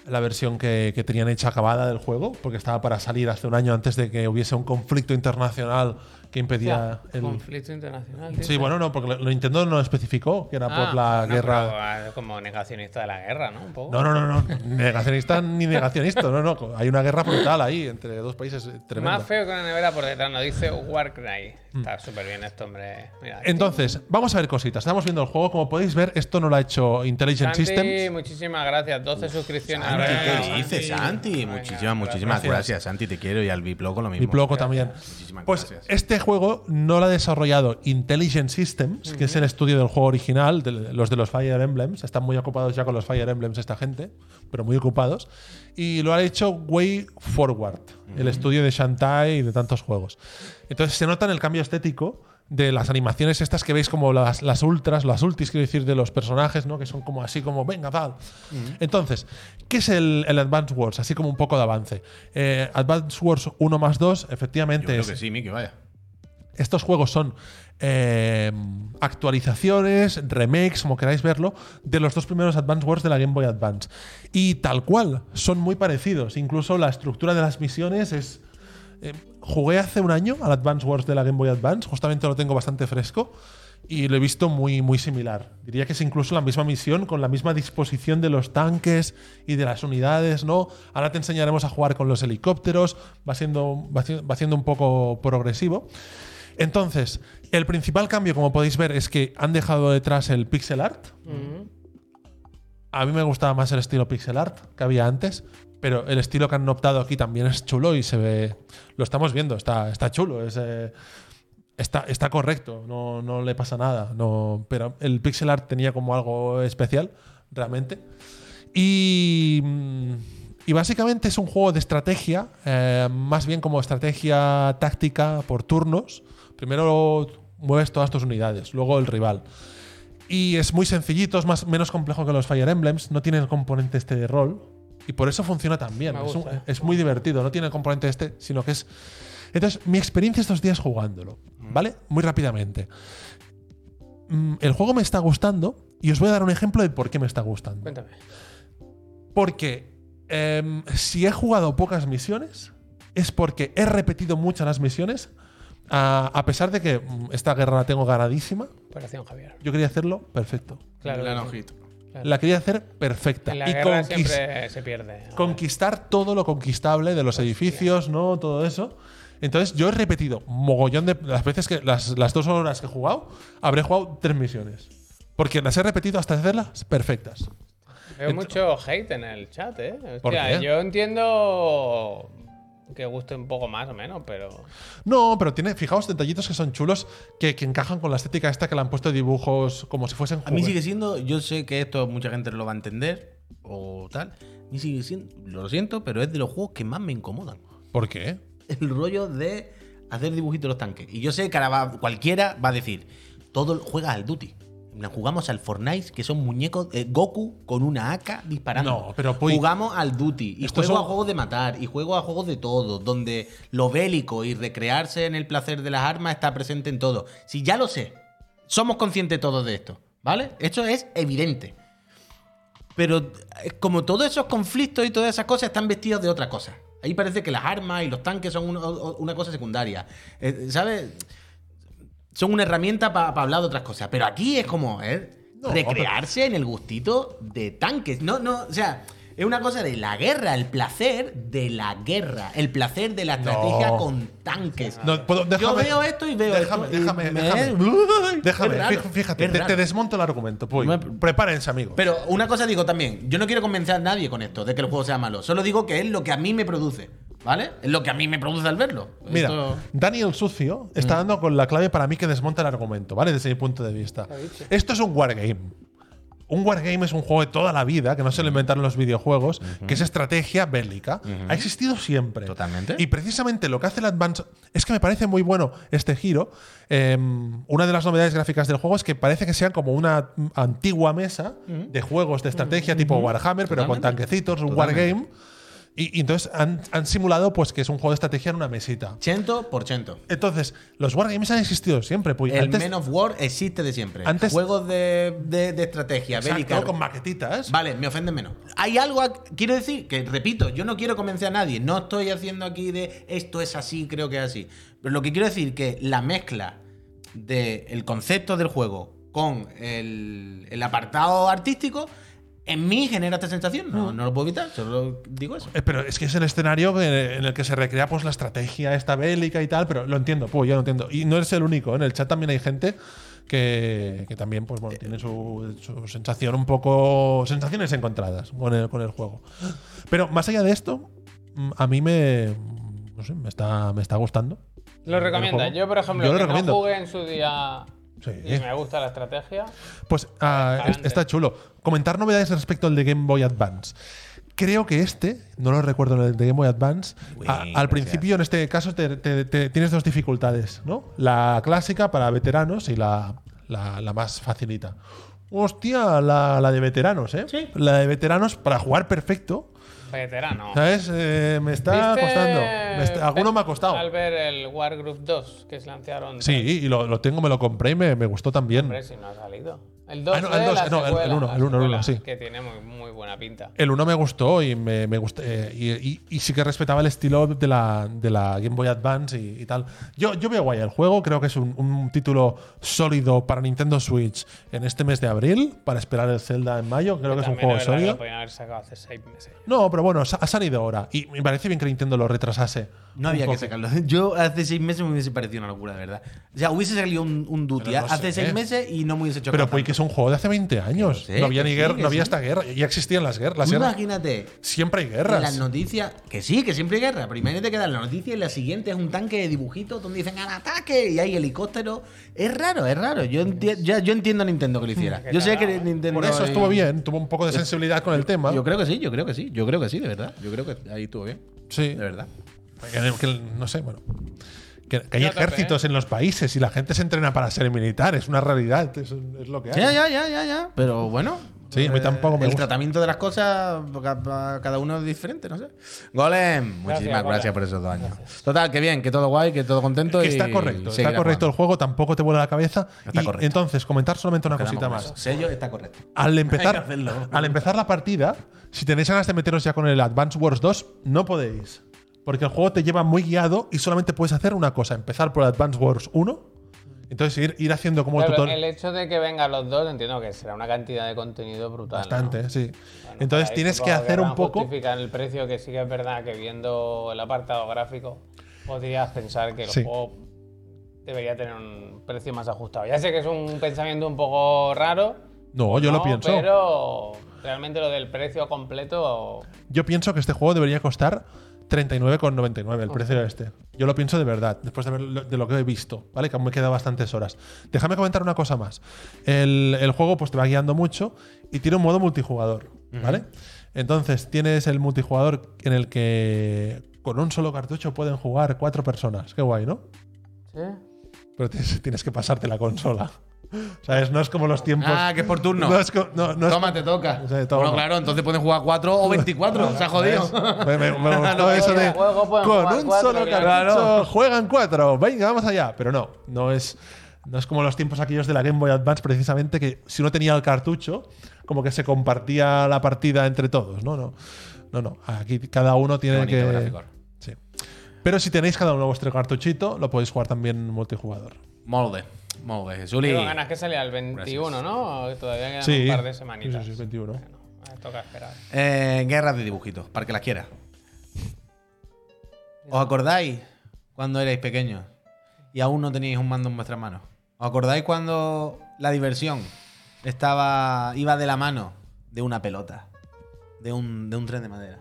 B: La versión que, que tenían hecha acabada del juego, porque estaba para salir hace un año antes de que hubiese un conflicto internacional que impedía
C: Hostia,
B: el.
C: Conflicto internacional.
B: Sí,
C: dice.
B: bueno, no, porque lo- lo Nintendo no especificó que era
C: Ah,
B: por la
C: bueno,
B: guerra.
C: pero, ah, es como negacionista de la guerra, ¿no? Un poco.
B: No, no, no, no. Negacionista ni negacionista. No, no. Hay una guerra brutal ahí entre dos países eh, tremenda.
C: Más feo que una nevera por detrás, nos dice Warcry. Está súper bien esto, hombre. Mira,
B: Mm. Entonces, vamos a ver cositas. Estamos viendo el juego. Como podéis ver, esto no lo ha hecho Intelligent
C: Santi,
B: Systems.
C: muchísimas gracias. 12 suscripciones.
A: Santi,
C: Venga,
A: ¿qué dices, Santi?
C: Venga,
A: Muchísimas,
C: gracias.
A: muchísimas gracias. Santi. Te quiero y al Biploco lo mismo.
B: Y Ploco también.
A: Muchísimas
B: Pues
A: gracias.
B: este juego no lo ha desarrollado Intelligent Systems, que es el estudio del juego original, de los de los Fire Emblems. Están muy ocupados ya con los Fire Emblems esta gente, pero muy ocupados. Y lo ha hecho Way Forward, el estudio de Shantae y de tantos juegos. Entonces se nota en el cambio estético de las animaciones estas que veis como las, las ultras, las ultis, quiero decir, de los personajes, ¿no? Que son como así como, venga, tal. Entonces, ¿qué es el, el Advance Wars? Así como un poco de avance. Eh, Advance Wars 1 más 2,
A: Yo
B: efectivamente,
A: creo
B: es-
A: que sí, Miki, vaya.
B: estos juegos son eh, actualizaciones, remakes, como queráis verlo, de los dos primeros Advance Wars de la Game Boy Advance. Y tal cual, son muy parecidos. Incluso la estructura de las misiones es... eh, jugué hace un año al Advance Wars de la Game Boy Advance, justamente lo tengo bastante fresco. Y lo he visto muy, muy similar. Diría que es incluso la misma misión, con la misma disposición de los tanques y de las unidades, ¿no? Ahora te enseñaremos a jugar con los helicópteros, va siendo, va siendo- va siendo un poco progresivo. Entonces, el principal cambio, como podéis ver, es que han dejado detrás el pixel art. A mí me gustaba más el estilo pixel art que había antes, pero el estilo que han optado aquí también es chulo y se ve. Lo estamos viendo, está, está chulo. es, eh, está, está correcto, no, no le pasa nada. No, pero el pixel art tenía como algo especial, realmente. Y, mm, y básicamente es un juego de estrategia, eh, más bien como estrategia táctica por turnos. Primero mueves todas tus unidades, luego el rival. Y es muy sencillito, es más, menos complejo que los Fire Emblems, no tiene el componente este de rol. Y por eso funciona tan bien.
C: Me
B: Es, un-
C: gusta.
B: es muy divertido, no tiene el componente este, sino que es. Entonces, mi experiencia estos días jugándolo,
C: Mm.
B: ¿vale? Muy rápidamente. Mm, El juego me está gustando y os voy a dar un ejemplo de por qué me está gustando.
C: Cuéntame.
B: Porque em, si he jugado pocas misiones, es porque he repetido muchas las misiones. A, a pesar de que mm, esta guerra la tengo ganadísima,
C: Operación Javier.
B: yo quería hacerlo perfecto.
C: Claro.
A: Gran
C: que sí.
A: ojito.
C: Claro.
B: La quería hacer perfecta.
C: En la
B: y
C: guerra
B: conquis-
C: siempre se pierde.
B: conquistar todo lo conquistable de los edificios, ¿no? Todo eso. Entonces, yo he repetido mogollón de las veces que las, las dos horas que he jugado, habré jugado tres misiones. Porque las he repetido hasta hacerlas perfectas.
C: Veo mucho hate en el chat, ¿eh? Hostia,
B: ¿Por qué?
C: yo entiendo que guste un poco más o menos, pero.
B: No, pero tiene, fijaos, detallitos que son chulos que, que encajan con la estética esta que le han puesto dibujos como si fuesen
A: A mí
B: juguetes.
A: sigue siendo, yo sé que esto mucha gente no lo va a entender o tal. A mí sigue siendo, lo siento, pero es de los juegos que más me incomodan.
B: ¿Por qué?
A: El rollo de hacer dibujitos de los tanques. Y yo sé que ahora va- cualquiera va a decir, todo el- juega al Duty. En plan, Jugamos al Fortnite, que son muñecos eh, Goku con una AK disparando.
B: No, pero, Puy,
A: Jugamos al Duty. Y
B: estos
A: juego
B: son-
A: a juegos de matar. Y juego a juegos de todo. Donde lo bélico y recrearse en el placer de las armas está presente en todo. Si ya lo sé, somos conscientes todos de esto. ¿Vale? Esto es evidente. Pero eh, como todos esos conflictos y todas esas cosas están vestidos de otra cosa. Ahí parece que las armas y los tanques son una, o- una cosa secundaria. Eh, ¿Sabes? Son una herramienta para hablar de otras cosas. Pero aquí es como eh,
B: No,
A: recrearse en el gustito de tanques. No, no, o sea, es una cosa de la guerra, el placer de la guerra, el placer de la estrategia
B: No.
A: con tanques.
B: No, puedo-
A: Ah, Yo
B: déjame-
A: veo esto y veo
B: déjame,
A: esto y
B: déjame,
A: me-
B: déjame. Déjame,
A: Es raro,
B: fí- fíjate,
A: es
B: te, te
A: raro.
B: desmonto el argumento, Puy.
A: Me-
B: Prepárense, amigos.
A: Pero una cosa digo también, yo no quiero convencer a nadie con esto de que el juego sea malo. Solo digo que es lo que a mí me produce, ¿vale? Es lo que a mí me produce al verlo.
B: Mira,
A: Esto- Mm.
B: Daniel Sucio está dando con la clave para mí que desmonta el argumento, ¿vale? Desde mi punto de vista. Esto es un wargame. un wargame es un juego de toda la vida, que no
A: Mm.
B: se lo inventaron los videojuegos, que es estrategia bélica. Ha existido siempre.
A: Totalmente.
B: Y precisamente lo que hace el Advance. Es que me parece muy bueno este giro. Eh, una de las novedades gráficas del juego es que parece que sean como una antigua mesa de juegos de estrategia tipo Warhammer, pero con
A: Mm. Totalmente.
B: tanquecitos, un
A: Totalmente.
B: wargame. Y, y entonces han, han simulado pues que es un juego de estrategia en una mesita.
A: Ciento por ciento.
B: Entonces, los wargames han existido siempre. Pues,
A: El
B: antes-
A: Men of War existe de siempre.
B: antes-
A: Juegos de, de- de estrategia,
B: Exacto,
A: bélica.
B: con maquetitas.
A: Vale, me ofenden menos. Hay algo, a- quiero decir, que repito, yo no quiero convencer a nadie, no estoy haciendo aquí de esto es así, creo que es así. Pero lo que quiero decir que la mezcla del concepto del juego con el, el apartado artístico, en mí genera esta sensación.
B: Mm.
A: No, no lo puedo evitar, solo digo eso.
B: Eh, Pero es que es el escenario que- en el que se recrea pues, la estrategia esta bélica y tal, pero lo entiendo, pues yo lo entiendo. Y no es el único, ¿eh? en el chat también hay gente que, que también pues, bueno, tiene su, su sensación un poco. sensaciones encontradas con el, con el juego. Pero más allá de esto, mm, a mí me. no sé, me está, me está gustando.
C: Lo
B: el
C: recomienda.
B: juego.
C: Yo, por ejemplo,
B: Yo lo
C: que
B: recomiendo.
C: no jugué en su día
B: Sí.
C: y me gusta la estrategia.
B: Pues ah, es-
C: adelante.
B: está chulo. Comentar novedades respecto al de Game Boy Advance. Creo que este, no lo recuerdo en el de Game Boy Advance,
A: Bueno,
B: a-
A: gracias.
B: al principio en este caso te- te- te- tienes dos dificultades, ¿no? La clásica para veteranos y la, la- la más facilita. Hostia, la, la de veteranos, ¿eh?
A: Sí.
B: La de veteranos para jugar perfecto,
C: Veterano.
B: ¿sabes? Eh, me está
C: ¿Viste-
B: costando. Me está- alguno me ha costado.
C: Al ver el War Group 2 que se lanzaron.
B: Sí, y lo, lo tengo, me lo compré y me, me gustó también.
C: Hombre, si no ha salido. El 2
B: Ah, no, el dos, no, el- el uno, el uno, el uno, sí.
C: Que tiene muy, muy buena pinta.
B: El 1 me gustó y me, me gust- eh, y, y- y sí que respetaba el estilo de la, de la Game Boy Advance y, y tal. Yo, yo veo guay el juego, creo que es un, un título sólido para Nintendo Switch en este mes de abril, para esperar el Zelda en mayo, creo que es un
C: También
B: juego
C: es verdad que
B: sólido.
C: Lo podían haber sacado hace 6 meses.
B: No, pero bueno, sa- ha salido ahora y me parece bien que Nintendo lo retrasase.
A: No
B: un
A: había que
B: poco.
A: sacarlo. Yo hace seis meses me hubiese parecido una locura, de verdad. O sea, hubiese salido un, un duty
B: Pero no
A: hace
B: sé,
A: seis
B: ¿eh?
A: meses y no me hubiese hecho
B: Pero
A: caso.
B: pues que es un juego de hace 20 años.
A: Que lo sé,
B: no había
A: que
B: ni
A: sí,
B: guerra,
A: que
B: no había
A: sí.
B: esta guerra, ya existían las guerras. Las
A: Tú
B: guerras
A: Imagínate,
B: siempre hay
A: En las
B: guerras.
A: noticias, que sí, que siempre hay guerra. Primero te quedan las noticias y la siguiente es un tanque de dibujitos donde dicen al ataque y hay helicópteros. Es raro, es raro. Yo, enti- ya- yo entiendo a Nintendo que lo hiciera. Yo sé que Nintendo.
B: Por eso estuvo bien, tuvo un poco de sensibilidad con el tema.
A: Yo creo que sí, yo creo que sí, yo creo que sí, de verdad. Yo creo que ahí estuvo bien,
B: sí.
A: de verdad.
B: Que- que- no sé, bueno. Que, que hay
C: Yo tope, ¿eh?
B: ejércitos en los países y la gente se entrena para ser militar, es una realidad, es, es lo que hay.
A: Ya, ya, ya, ya, ya. Pero bueno. eh,
B: Sí, a mí tampoco me
A: El
B: gusta.
A: tratamiento de las cosas, ca- pa- cada uno es diferente, no sé. Golem, muchísimas
C: Golem.
A: gracias, por esos dos años. Total, que bien, que todo guay, que todo contento.
B: Que
A: y
B: está correcto, está
A: seguirá
B: correcto el
A: jugando.
B: juego, tampoco te vuela la cabeza.
A: Está
B: y
A: correcto.
B: entonces, comentar solamente una
A: Quedamos
B: cosita
A: con
B: más.
A: eso. Sello está correcto.
B: Al
A: que
B: empezar,
A: hacerlo.
B: al empezar la partida, si tenéis ganas de meteros ya con el Advance Wars 2, no podéis. Porque el juego te lleva muy guiado y solamente puedes hacer una cosa, empezar por Advance Wars 1. Entonces ir, ir haciendo como
C: Claro,
B: tutor-
C: el hecho de que vengan los dos, entiendo que será una cantidad de contenido brutal. ¿no?
B: Bastante, sí.
C: Bueno,
B: Entonces
C: ahí
B: tienes que
C: supongo
B: hacer un
C: habrán
B: poco...
C: justifican el precio, que sí que es verdad que viendo el apartado gráfico podrías pensar que el
B: Sí.
C: juego debería tener un precio más ajustado. Ya sé que es un pensamiento un poco raro.
B: No, yo
C: ¿no?
B: lo pienso.
C: Pero realmente lo del precio completo.
B: Yo pienso que este juego debería costar 39,99 el precio este. Yo lo pienso de verdad, después de, ver lo, de lo que he visto, ¿vale? Que me queda bastantes horas. Déjame comentar una cosa más. El, el juego pues te va guiando mucho y tiene un modo multijugador, ¿vale? Entonces tienes el multijugador en el que con un solo cartucho pueden jugar cuatro personas. Qué guay, ¿no?
C: ¿Sí?
B: Pero tienes, tienes que pasarte la consola. ¿Sabes? No es como los tiempos.
A: Ah, que es por turno.
B: No es co- no- no es-
A: toma, te toca.
B: Sí, toma.
A: Bueno, claro, entonces pueden jugar 4 o 24. se ha jodido.
B: ¿Ves? Me, me- me gustó
C: No,
B: eso
C: no,
B: de.
C: el juego pueden
B: Con
C: jugar
B: un
C: cuatro,
B: solo
C: claro.
B: cartucho juegan cuatro. Venga, vamos allá. Pero no, no es. No es como los tiempos aquellos de la Game Boy Advance, precisamente, que si uno tenía el cartucho, como que se compartía la partida entre todos. No, no. No, no. Aquí cada uno tiene
A: bonito
B: que.
A: gráfico.
B: Sí. Pero si tenéis cada uno vuestro cartuchito, lo podéis jugar también multijugador.
A: Molde, molde. Juli.
C: Tengo ganas que salía el 21, ¿no? Todavía quedan
B: Sí.
C: un par de semanitas.
B: Sí, sí, sí, 21.
C: Bueno, toca esperar.
A: Eh, guerras de dibujitos, para que las quiera. ¿Os acordáis cuando erais pequeños y aún no teníais un mando en vuestras manos? ¿Os acordáis cuando la diversión estaba iba de la mano de una pelota, de un, de un tren de madera,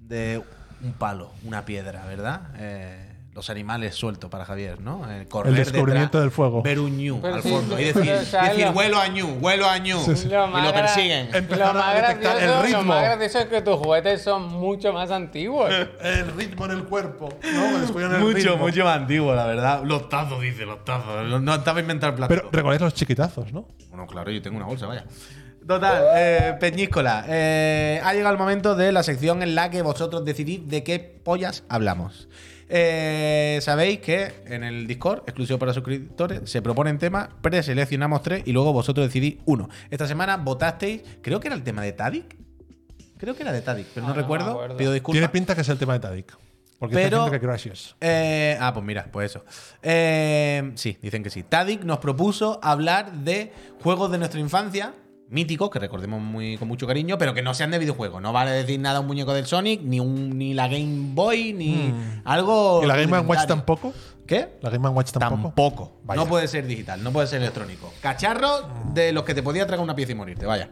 A: de un palo, una piedra, ¿verdad? Eh, los animales sueltos para Javier, ¿no? El, correr
B: El descubrimiento
A: detrás,
B: del fuego.
A: Ver un ñu
C: Pero
A: al
C: sí,
A: fondo. y
C: pero,
A: decir,
C: o sea,
A: y decir,
C: lo-
A: huelo a ñu, huelo a ñu.
B: Sí, sí.
A: Y
C: Lo
A: lo
C: más gra-
A: persiguen.
B: Empezaron
C: lo más
B: a detectar el
C: gracioso- Lo
B: ritmo.
C: más gracioso es que tus juguetes son mucho más antiguos.
B: El ritmo en el cuerpo. ¿no? Descubrieron el
A: Mucho,
B: ritmo.
A: mucho más antiguo, la verdad. Los tazos, dice, los tazos. No estaba inventar plástico.
B: Pero recordáis los chiquitazos, ¿no?
A: Bueno, claro, yo tengo una bolsa, vaya. Total, eh, Peñíscola, eh, ha llegado el momento de la sección en la que vosotros decidís de qué pollas hablamos. Eh, Sabéis que en el Discord, exclusivo para suscriptores, se proponen temas, preseleccionamos tres y luego vosotros decidís uno. Esta semana votasteis, creo que era el tema de Tadic. Creo que era de Tadic, pero
C: Ah,
A: no,
C: no me
A: recuerdo.
C: acuerdo.
A: Pido
B: Tiene
A: disculpas.
B: pinta que es el tema de Tadic. Porque está
A: Pero-
B: diciendo que Crashes.
A: Eh, ah, pues mira, pues eso. Eh, sí, dicen que sí. Tadic nos propuso hablar de juegos de nuestra infancia, míticos, que recordemos muy, con mucho cariño, pero que no sean de videojuegos. No vale decir nada un muñeco del Sonic, ni, un, ni la Game Boy, ni algo.
B: Hmm. ¿Y la Game Man Watch
A: rudimentario.
B: tampoco?
A: ¿Qué?
B: ¿La Game Man Watch tampoco?
A: Tampoco.
B: Vaya.
A: No puede ser digital, no puede ser electrónico. Cacharro de los que te podía tragar una pieza y morirte, vaya.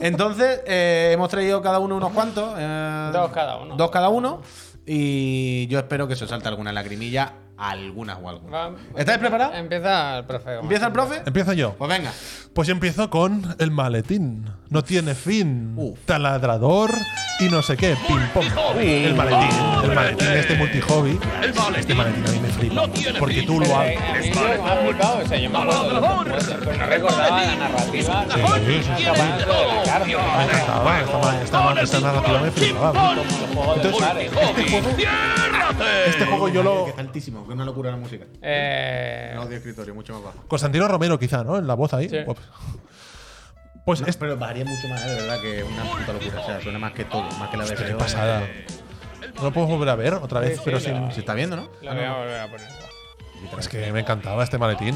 A: Entonces, eh, hemos traído cada uno unos cuantos. eh,
C: Dos cada uno.
A: Dos cada uno. Y yo espero que se os salte alguna lagrimilla, algunas o alguna.
C: Va, Em-
A: ¿Estáis preparados?
C: Empieza el profe. Gómez.
A: ¿Empieza el profe?
B: Empiezo yo.
A: Pues venga.
B: Pues yo empiezo con el maletín. No tiene fin.
A: Uf.
B: Taladrador y no sé qué. Ping pong. El maletín. El maletín de este multihobby. Este maletín a mí me flipa. Porque tú lo
C: Eh,
B: haces.
C: a mí yo me ha flipado, o sea, yo me acuerdo de los juguetes, pero no recordaba la narrativa de
B: sí, sí, sí.
C: escapándose de la cárcel. ¿no?
B: Estaba, estaba, estaba, esta narrativa me flipaba.
C: El juego de pares.
B: Este juego yo lo.
A: Es altísimo, que una locura la música.
C: Eh,
A: de escritorio, mucho más bajo.
B: Constantino Romero, quizá, ¿no? En la voz ahí.
C: Sí.
B: Ups. Pues este.
A: Pero varía mucho más, eh, de verdad, que una puta locura. O sea, suena más que todo, más que la eh. versión.
B: pasada. No lo puedo volver a ver otra vez,
C: eh, Sí,
B: pero
C: sí,
B: sin.
C: la-
A: Se está viendo, ¿no?
C: lo voy a volver a poner.
B: Es que me encantaba este maletín.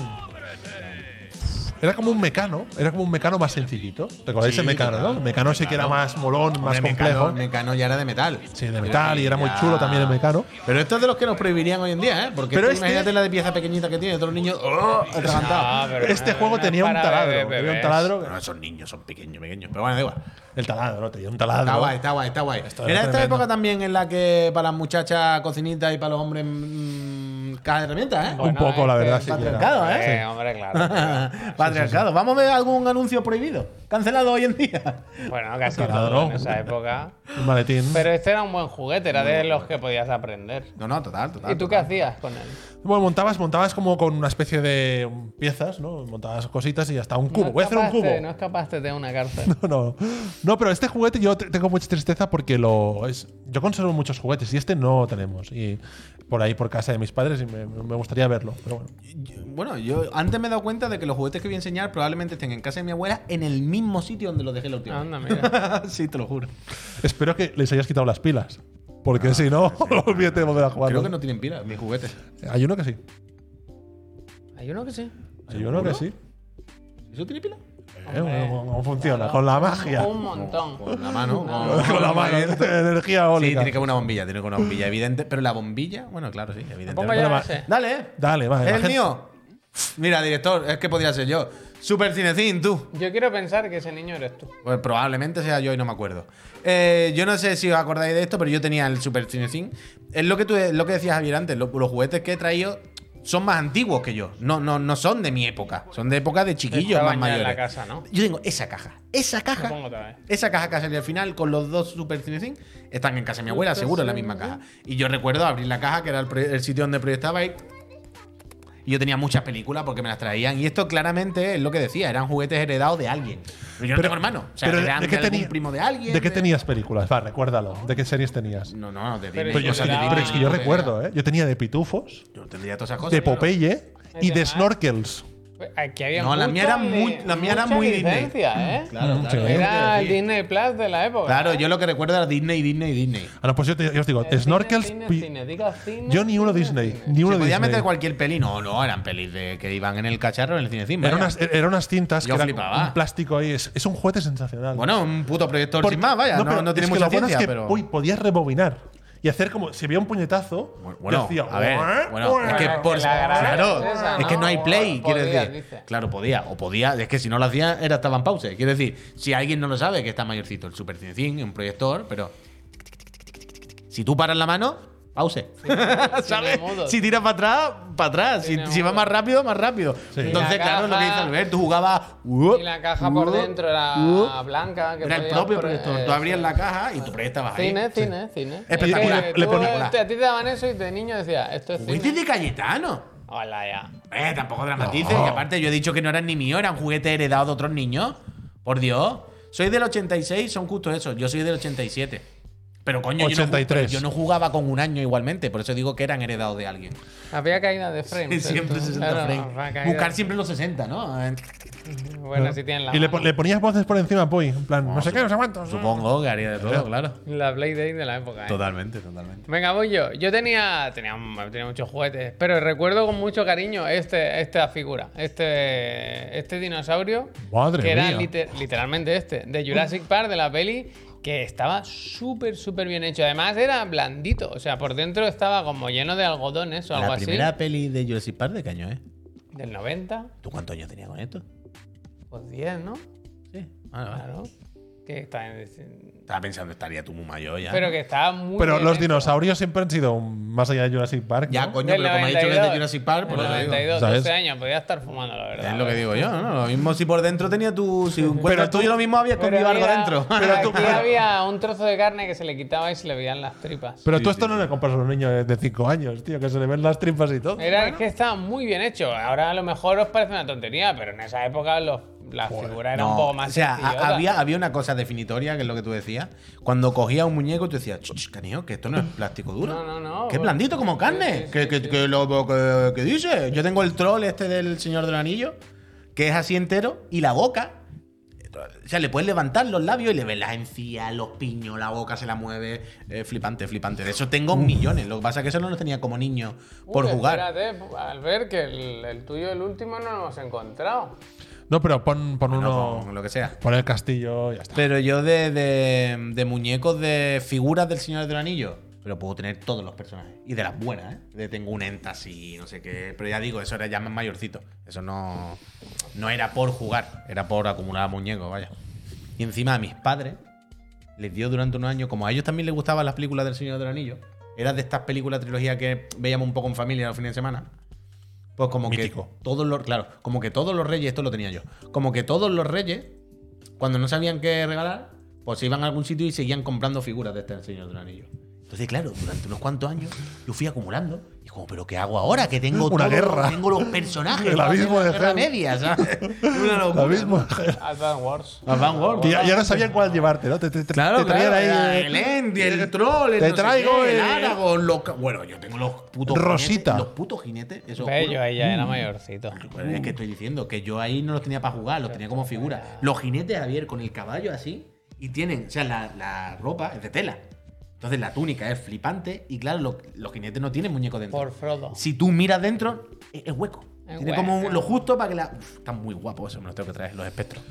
B: Era como un mecano, era como un mecano más sencillito. ¿Recordáis
A: Sí,
B: el mecano,
A: claro,
B: no? El mecano sí que era más molón, más
A: Hombre,
B: complejo.
A: Mecano, Mecano ya era de metal.
B: Sí, de metal, y era muy chulo también
C: Ah.
B: el Mecano.
A: Pero esto es de los que nos prohibirían hoy en día, ¿eh? Porque
B: Pero
A: tú
B: este-
A: imagínate la de pieza pequeñita que tiene, todos los niños. ¡Oh! atragantados.
C: Ah, pero
B: este
C: no,
B: juego
C: no
B: tenía un
C: para
B: taladro,
C: bebés.
B: tenía un taladro.
A: Pero no son niños, son pequeños, pequeños. Pero bueno, da igual.
B: El taladro, tenía un
A: Está
B: taladro.
A: guay, está guay, está guay.
B: Ah, Esto
A: era
B: era
A: esta
B: tremendo.
A: época también en la que para las muchachas cocinitas y para los hombres mmm, caja de herramientas, ¿eh?
B: Un poco, la
C: este
B: verdad, sí que era.
A: Patriarcado,
C: Eh,
A: ¿eh?
C: hombre, claro.
A: Patriarcado. Vamos a ver algún anuncio prohibido. Cancelado hoy en día.
C: Bueno, casi
B: Taladro.
C: todo en esa época.
B: Un maletín.
C: Pero este era un buen juguete, era de los que podías aprender.
A: No, no, total, total.
C: ¿Y tú qué
A: total.
C: hacías con él?
B: Bueno, montabas, montabas como con una especie de piezas, ¿no? Montabas cositas y hasta un cubo.
C: No
B: Voy a hacer un
C: escapaste,
B: cubo.
C: No escapaste de una cárcel.
B: No, no, pero este juguete yo te- tengo mucha tristeza porque lo es, yo conservo muchos juguetes y este no lo tenemos. Y por ahí, por casa de mis padres, y me, me gustaría verlo. Pero bueno.
A: Yo- Bueno, yo antes me he dado cuenta de que los juguetes que voy a enseñar probablemente estén en casa de mi abuela en el mismo sitio donde los dejé la última. vez.
C: Anda, mira.
A: sí, te lo juro.
B: Espero que les hayas quitado las pilas. Porque si no, olvídate de volver a jugar.
A: Ah, Creo que no tienen pilas, mis juguetes.
B: Hay uno que sí.
C: Hay uno que sí.
B: Hay uno que sí.
A: ¿Eso tiene pila?
B: Eh, ¿Cómo cómo funciona? Con la magia.
C: Un montón.
A: Con la mano.
B: Con la mano. Energía
A: Sí,
B: eólica.
A: tiene que haber una bombilla, tiene que haber una bombilla, evidente. Pero la bombilla, bueno, claro, sí, evidente.
C: Pongo ya
B: va.
C: ese.
A: Dale, eh.
B: Dale, vale.
A: ¿Es
B: la
A: el
B: gente-
A: mío? Mira, director, es que podría ser yo. Super Cinecin, tú.
C: Yo quiero pensar que ese niño eres tú.
A: Pues probablemente sea yo y no me acuerdo. Eh, yo no sé si os acordáis de esto, pero yo tenía el Super Cinecin. Es lo que tú es lo que decías Javier antes, lo- los juguetes que he traído son más antiguos que yo. No, no, no son de mi época. Son de época de chiquillos
C: Estaban
A: más
C: ya en
A: mayores.
C: la casa, ¿no?
A: Yo tengo esa caja. Esa caja.
C: Lo pongo otra vez.
A: Esa caja que ha salido al final con los dos Super Cinecin están en casa de mi abuela, seguro en la misma caja. Y yo recuerdo abrir la caja, que era el, pro- el sitio donde proyectaba y. y yo tenía muchas películas porque me las traían. Y esto claramente es lo que decía, eran juguetes heredados de alguien. Pero yo no
B: Pero-
A: tengo hermano. O sea,
B: pero
A: eran
B: ¿de
A: de,
B: qué
A: algún
B: tenía-
A: primo de alguien.
B: ¿De qué tenías películas? Va, recuérdalo. ¿De qué series tenías?
A: No, no, de
C: Pero
A: Disney.
B: Pero, yo
A: cosas
B: sé-
A: de
C: Disney,
B: pero es que yo
A: no
B: recuerdo,
A: tenía.
B: ¿eh? Yo tenía de pitufos.
A: Yo tendría todas esas cosas.
B: de
A: claro.
B: Popeye y de
C: demás.
B: Snorkels.
C: Pues, Aquí había
A: No, la mía era
C: muchas
A: muy-
C: li-
A: la mía era
C: muchas
A: muy Disney.
C: licencias, ¿eh?
A: Claro, claro.
B: Mm, sí.
A: es lo que
C: Era el
A: decía.
C: Disney Plus de la época.
A: Claro, yo lo que recuerdo era Disney, Disney, Disney.
B: Ah, no, pues yo, te- yo os digo,
C: Cine,
B: Snorkels.
C: cine,
B: pi-
C: cine, diga cine,
B: yo ni uno
C: cine,
B: Disney.
C: cine.
B: Ni
A: Se
B: uno
A: podía meter
B: Disney.
A: cualquier peli. No, no, eran pelis de, que iban en el cacharro en el cinecine.
B: Eran
A: vaya.
B: unas, eran unas cintas
A: Yo
B: que eran
A: flipaba.
B: un plástico ahí. Es, es un juguete sensacional.
A: Bueno, un puto proyector
B: Porque-
A: sin más, vaya. No,
B: pero
A: no tiene
B: es que
A: mucha
B: lo bueno
A: ciencia,
B: es que,
A: pero.
B: uy, podías rebobinar y hacer como. Si veía un puñetazo,
A: bueno,
B: decía,
A: a ver, bueno, es que
C: Bueno, pues
A: por
C: que la gran
A: claro,
C: es esa,
A: es que
C: ¿no?
A: no hay play,
C: O
A: quiero
C: podía,
A: decir.
C: dice.
A: Claro, podía, o podía, es que si no lo hacía era estaba en pausa, quiero decir, si alguien no lo sabe que está mayorcito el Super Cinecin, un proyector, pero si tú paras la mano, Pause. ¿Sabes?
C: modos.
A: Si tiras para atrás, para atrás. Si,
C: Tiene
A: si va
C: modos.
A: más rápido, más rápido.
C: Y
A: Entonces,
C: la
A: claro, lo que dice
C: caja-
A: Albert, tú jugabas.
C: Y la caja por dentro era blanca. que
A: Era el
C: podías
A: propio
C: pro-
A: proyector.
C: eh,
A: Tú abrías la caja y tu proyectabas ahí.
C: Cine, cine, cine.
A: Espectacular.
C: Es que
A: Le
C: tú,
A: ponía-
C: eh, te- a ti te daban eso y de niño decía, esto es
A: Juguete
C: cine.
A: de Cayetano.
C: Hola, ya.
A: Eh, tampoco dramatices. Y aparte, yo he dicho que no eran ni mío, eran juguetes heredados de otros niños. Por Dios. Soy del 86, son justo eso. Yo soy del 87. Pero coño, yo no ju-
B: 83.
A: pero Yo, no, jugaba con un año igualmente. Por eso digo que eran heredados de alguien.
C: Había caída de frames.
A: Siempre
C: entonces,
A: 60
C: claro, había
A: frames.
C: caída.
A: Buscar siempre los 60, ¿no? Eh,
C: Bueno, si tienen la.
B: Y le,
C: mano.
B: pon- le ponías voces por encima, Puy. En plan, no, sé qué, no sé cuántos.
A: Supongo que haría de todo, claro.
C: La Play Day de la época. ¿eh?
A: Totalmente, totalmente.
C: Venga, voy yo. Yo tenía, tenía, tenía muchos juguetes, pero recuerdo con mucho cariño este, esta figura, este, este dinosaurio,
B: Madre
C: que era
B: mía.
C: liter- literalmente este, de Jurassic Park, de la peli, que estaba súper, súper bien hecho. Además era blandito, o sea, por dentro estaba como lleno de algodones o algo
A: La
C: así.
A: primera peli de Jurassic Park de caño, ¿eh?
C: Del 90,
A: ¿Tú cuántos años tenías con esto? Ah.
C: pues 10, ¿no?
A: Sí. Vale, vale.
C: Claro. Que está en-
A: Estaba pensando, estaría tú muy mayor ya.
C: Pero que estaba muy
B: Pero
C: bien
B: los
C: hecho.
B: dinosaurios siempre han sido un- más allá de Jurassic Park.
A: ya,
B: ¿no?
A: coño,
C: Del
A: pero como he dicho que es de
C: 92,
A: Jurassic Park, por
C: del
A: eso digo.
C: 92,
B: ¿Sabes?
C: 12 años, podía estar fumando, la verdad.
A: Es lo que digo yo, ¿no? Lo mismo si por dentro tenía tu. Si encuentras
B: tú-
A: tú, yo lo mismo había escondido algo dentro.
C: Pero aquí había un trozo de carne que se le quitaba y se le veían las tripas.
B: Pero tú esto no le compras a un niño de 5 años, tío, que se le ven las tripas y todo.
C: Era que estaba muy bien hecho. Ahora a lo mejor os parece una tontería, pero en esa época los, las figuras eran
A: No,
C: un poco más.
A: o sea, a-
C: sencillotas.
A: había, había una cosa definitoria, que es lo que tú decías. Cuando cogía un muñeco, tú decías, "Ch, ch, canijo, que esto no es plástico duro.
C: No, no, no,
A: Que es
C: pues,
A: blandito como
C: sí,
A: carne.
C: sí,
A: que,
C: sí,
A: que,
C: sí.
A: que lo que, que dice. Yo tengo el troll este del Señor del Anillo, que es así entero, y la boca. O sea, le puedes levantar los labios y le ves las encías, los piños, la boca se la mueve. Eh, flipante, flipante. De eso tengo millones. Lo que pasa es que eso no lo tenía como niño
C: Uy,
A: por jugar.
C: Espérate, al ver que el, el tuyo, el último, no lo hemos encontrado.
B: Ah, No, pero pon, pon
A: No,
B: uno.
A: con lo que sea.
B: Pon el castillo y ya está.
A: Pero yo de, de- de muñecos de figuras del Señor del Anillo. Pero puedo tener todos los personajes. Y de las buenas, ¿eh? De tengo un enta así, no sé qué. Pero ya digo, eso era ya más mayorcito. Eso no, no era por jugar, era por acumular muñecos, vaya. Y encima a mis padres les dio durante unos años, como a ellos también les gustaban las películas del Señor del Anillo, era de estas películas, trilogía que veíamos un poco en familia los fines de semana. Pues como
B: Mítico.
A: que todos los, claro, como que todos los reyes, esto lo tenía yo, como que todos los reyes, cuando no sabían qué regalar, pues se iban a algún sitio y seguían comprando figuras de este Señor del Anillo. Entonces, claro, durante unos cuantos años yo fui acumulando y como, pero ¿qué hago ahora? Que tengo
B: Una
A: todo,
B: guerra.
A: tengo los personajes,
B: El
A: ¿no?
B: abismo de
A: Guerra
B: Helm.
A: media, ¿sabes? Una locura.
B: Lo mismo.
C: Advance Wars.
A: Advance Wars.
B: Que ya, ya no sabían cuál llevarte, ¿no? Te, te- te-
A: Claro,
B: te traían
A: claro,
B: ahí.
A: era
B: eh,
A: el End, el troll, el
B: te
A: no sé
B: traigo
A: qué, el
B: el-
A: Aragorn, los ca- bueno, yo tengo los putos
B: Rosita.
A: jinetes, los putos jinetes, eso os
C: Ve,
A: juro.
C: yo ahí ya era mayorcito.
A: Pues
B: Uh.
A: es que estoy diciendo que yo ahí no los tenía para jugar, los tenía como figura. Los jinetes, Javier, con el caballo así, y tienen, o sea, la, la ropa es de tela. Entonces la túnica es flipante, y claro, lo- los jinetes no tienen muñeco dentro.
C: Por Frodo.
A: Si tú miras dentro, e-, es, es hueco.
C: Es
A: Tiene como
C: hueco.
A: lo justo para que la. Uf, están muy guapos, eso me los tengo que traer, los espectros.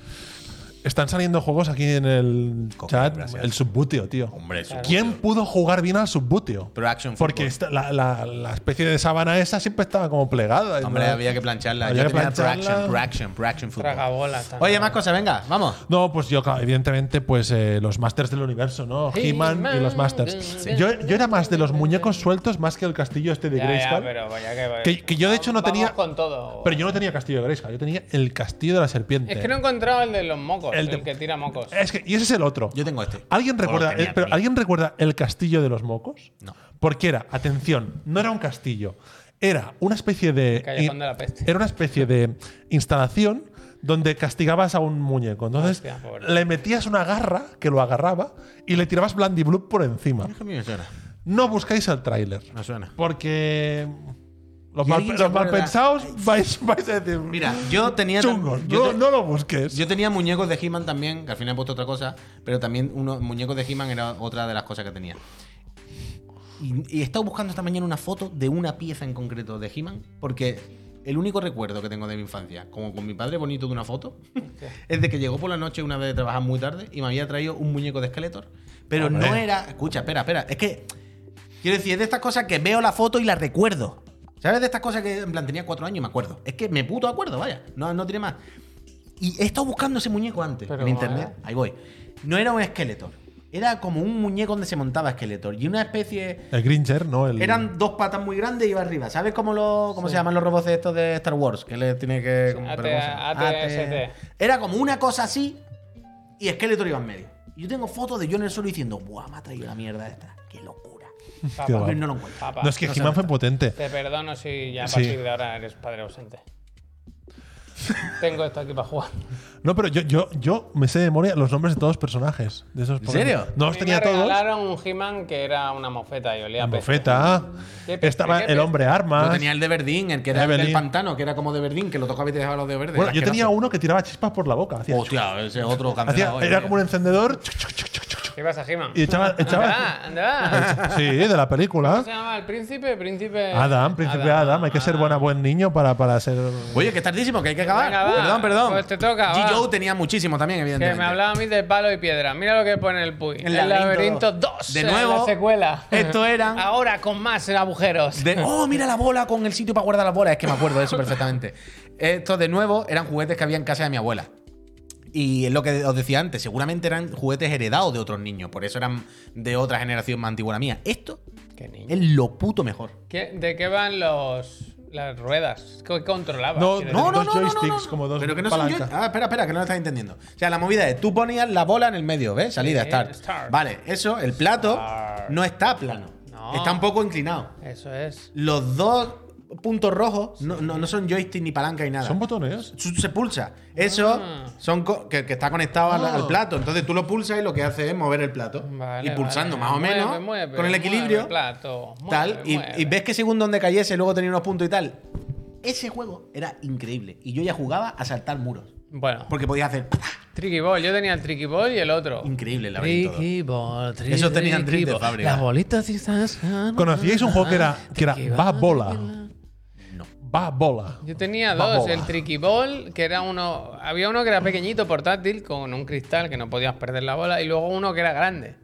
B: Están saliendo juegos aquí en el
A: Coca,
B: chat.
A: gracias.
B: El subbuteo, tío.
A: Hombre, eso.
B: ¿Quién pudo jugar bien al subbuteo?
A: Pero Action
B: Porque
A: Football.
B: esta- la, la- la especie de sábana esa siempre estaba como plegada. y
A: Hombre,
B: no-
A: había que plancharla.
B: Había
A: Yo
B: que
A: tenía
B: plancharla.
A: Proaction, Proaction, Proaction Football.
C: Tragabolas también.
A: Oye, más cosas, venga, vamos.
B: No, pues yo, claro, evidentemente, pues eh, los Masters del Universo, ¿no? He-Man y los Masters. Yo, yo era más de los muñecos sueltos más que el castillo este de
C: Ya, ya,
B: Grayskull.
C: pero vaya que,
B: Que- que yo, de hecho, no
C: Vamos
B: tenía-
C: con todo.
B: Pero yo no tenía castillo de Grayskull, yo tenía el castillo de la serpiente.
C: Es que no he encontrado el de los mocos, el,
B: El de-
C: que tira mocos.
B: Es que- y ese es el otro.
A: Yo tengo este.
B: ¿Alguien
A: O lo
B: recuerda,
A: tenía
B: el, pero
A: aquí.
B: ¿Alguien recuerda el castillo de los mocos?
A: No.
B: Porque era, atención, no era un castillo. Era una especie de.
C: Callejón de la peste.
B: Era una especie de instalación donde castigabas a un muñeco. Entonces
C: Hostia, pobre.
B: le metías una garra que lo agarraba y le tirabas blandibloop por encima.
A: Es que a mí me suena.
B: No buscáis el tráiler.
A: Me suena.
B: Porque. Los
A: ¿Y
B: mal,
A: alguien se
B: los mal
A: acuerda?
B: pensados vais, vais a decir.
A: Mira, yo tenía.
B: chungos,
A: yo
B: no,
A: te-
B: no lo busques.
A: Yo tenía muñecos de He-Man también, que al final he puesto otra cosa, pero también unos muñecos de He-Man era otra de las cosas que tenía. Y, y he estado buscando esta mañana una foto de una pieza en concreto de He-Man, porque el único recuerdo que tengo de mi infancia, como con mi padre bonito de una foto, es de que llegó por la noche una vez de trabajar muy tarde y me había traído un muñeco de Skeletor,
B: Ah,
A: pero no era. Escucha, espera, espera, es que. Quiero decir, es de estas cosas que veo la foto y la recuerdo. ¿Sabes? De estas cosas que en plan tenía cuatro años y me acuerdo. Es que me puto acuerdo, vaya. No, no tiene más. Y he estado buscando ese muñeco antes
C: Pero,
A: en internet.
C: ¿eh?
A: Ahí voy. No era un esqueleto.
E: Era como un muñeco donde se montaba Skeletor. Y una especie.
B: El Gringer, ¿no? El,
E: Eran dos patas muy grandes y iba arriba. ¿Sabes cómo, lo, cómo se llaman los robots de estos de Star Wars? Que le tiene que. como-
C: AT-
E: pero ¿cómo se llama?
C: AT-ST.
E: AT- Era como una cosa así y Skeletor iba en medio. Y yo tengo fotos de yo en el suelo diciendo, ¡buah, me ha traído la mierda esta! ¡Qué locura!
C: Papá,
B: Qué
E: A
B: guapo.
E: ver, no lo encuentro.
C: papá,
B: No, es que He-Man fue potente.
C: Te perdono si ya a
B: Sí.
C: partir de ahora eres padre ausente. Tengo esto aquí para jugar.
B: No, pero yo, yo, yo me sé de memoria los nombres de todos los personajes. De esos
E: ¿En serio?
B: No los
C: A mí
B: tenía
C: me
B: todos.
C: regalaron un He-Man que era una mofeta y olía a peste.
B: Bofeta.
C: Qué peste,
B: Estaba
C: qué
B: el
C: peste.
B: hombre armas.
A: Yo tenía el de Verdín, el que era
B: Ah, de
A: el del
B: Verdín.
A: pantano, que era como de Verdín, que lo tocaba y te dejaba los de verde.
B: bueno, yo tenía uno que tiraba chispas por la boca. Hacía,
A: Hostia, ese es otro
B: hacía-
A: campeón.
B: era como un encendedor
C: ¿Qué pasa, He-Man?
B: y echaba. echaba
C: Anda, anda.
B: sí, de la
C: ¿Cómo
B: película.
C: se llama el príncipe? Príncipe.
B: Adam, príncipe Adam. Hay que ser buena, buen niño para, para ser.
A: Oye, que es tardísimo, que hay que acabar.
C: Venga, va.
A: perdón, perdón.
C: Pues te toca, va.
A: G.O. tenía muchísimo también,
C: Que
A: evidentemente.
C: me hablaba a mí de palo y piedra. Mira lo que pone el Puy.
A: El
C: El,
A: laberinto
C: laberinto 2.
A: De nuevo,
C: La secuela.
A: esto eran-
C: Ahora con más agujeros.
A: De, oh, mira la bola con el sitio para guardar las bolas. Es que me acuerdo de eso perfectamente. Estos, de nuevo, eran juguetes que había en casa de mi abuela. Y es lo que os decía antes, seguramente eran juguetes heredados de otros niños, por eso eran de otra generación más antigua a la mía. Esto
C: ¿Qué niño?
A: es lo puto mejor.
C: ¿Qué- ¿De qué van los, las ruedas? ¿Qué controlaba?
B: No,
C: Quiero
B: no,
C: decir,
B: no. dos joysticks, como dos
A: Pero que no son
B: palancas.
A: joy- Ah, espera, espera, que no lo estás entendiendo. O sea, la movida es tú ponías la bola en el medio, ¿ves? Salida,
C: Sí,
A: start.
C: start.
A: Vale, eso, el plato
C: Start.
A: no está plano.
C: No.
A: Está un poco inclinado.
C: Eso es.
A: Los dos puntos rojos no, no- no son joystick ni palanca ni nada.
B: Son botones.
A: Su- se pulsa. Eso
C: Ah. Oh.
A: son co- que, que está conectado al, al plato. Entonces tú lo pulsas y lo que hace es mover el plato.
C: Vale,
A: y pulsando
C: vale.
A: más o
C: Mueve,
A: menos
C: mueve,
A: con el
C: mueve
A: equilibrio.
C: el plato, mueve,
A: tal, y-
C: mueve.
A: Y, ves que según donde cayese luego tenía unos puntos y tal. Ese juego era increíble. Y yo ya jugaba a saltar muros.
C: Bueno,
A: Porque podías hacer.
C: Tricky Ball. Yo tenía el Tricky Ball y el otro.
A: Increíble, la verdad. y todo.
C: Tricky Ball, tri-
A: Esos tenían
C: Tricky
A: drift de
C: Ball.
A: fábrica.
C: Las bolitas y esas-
B: ¿Conocíais un juego que era,
A: Ah,
B: que era
C: Tricky
B: Va
C: Ball?
B: Bola? Va Bola.
C: Yo tenía
B: Va
C: dos,
B: bola.
C: el Tricky Ball, que era uno. Había uno que era pequeñito, portátil, con un cristal que no podías perder la bola, y luego uno que era grande.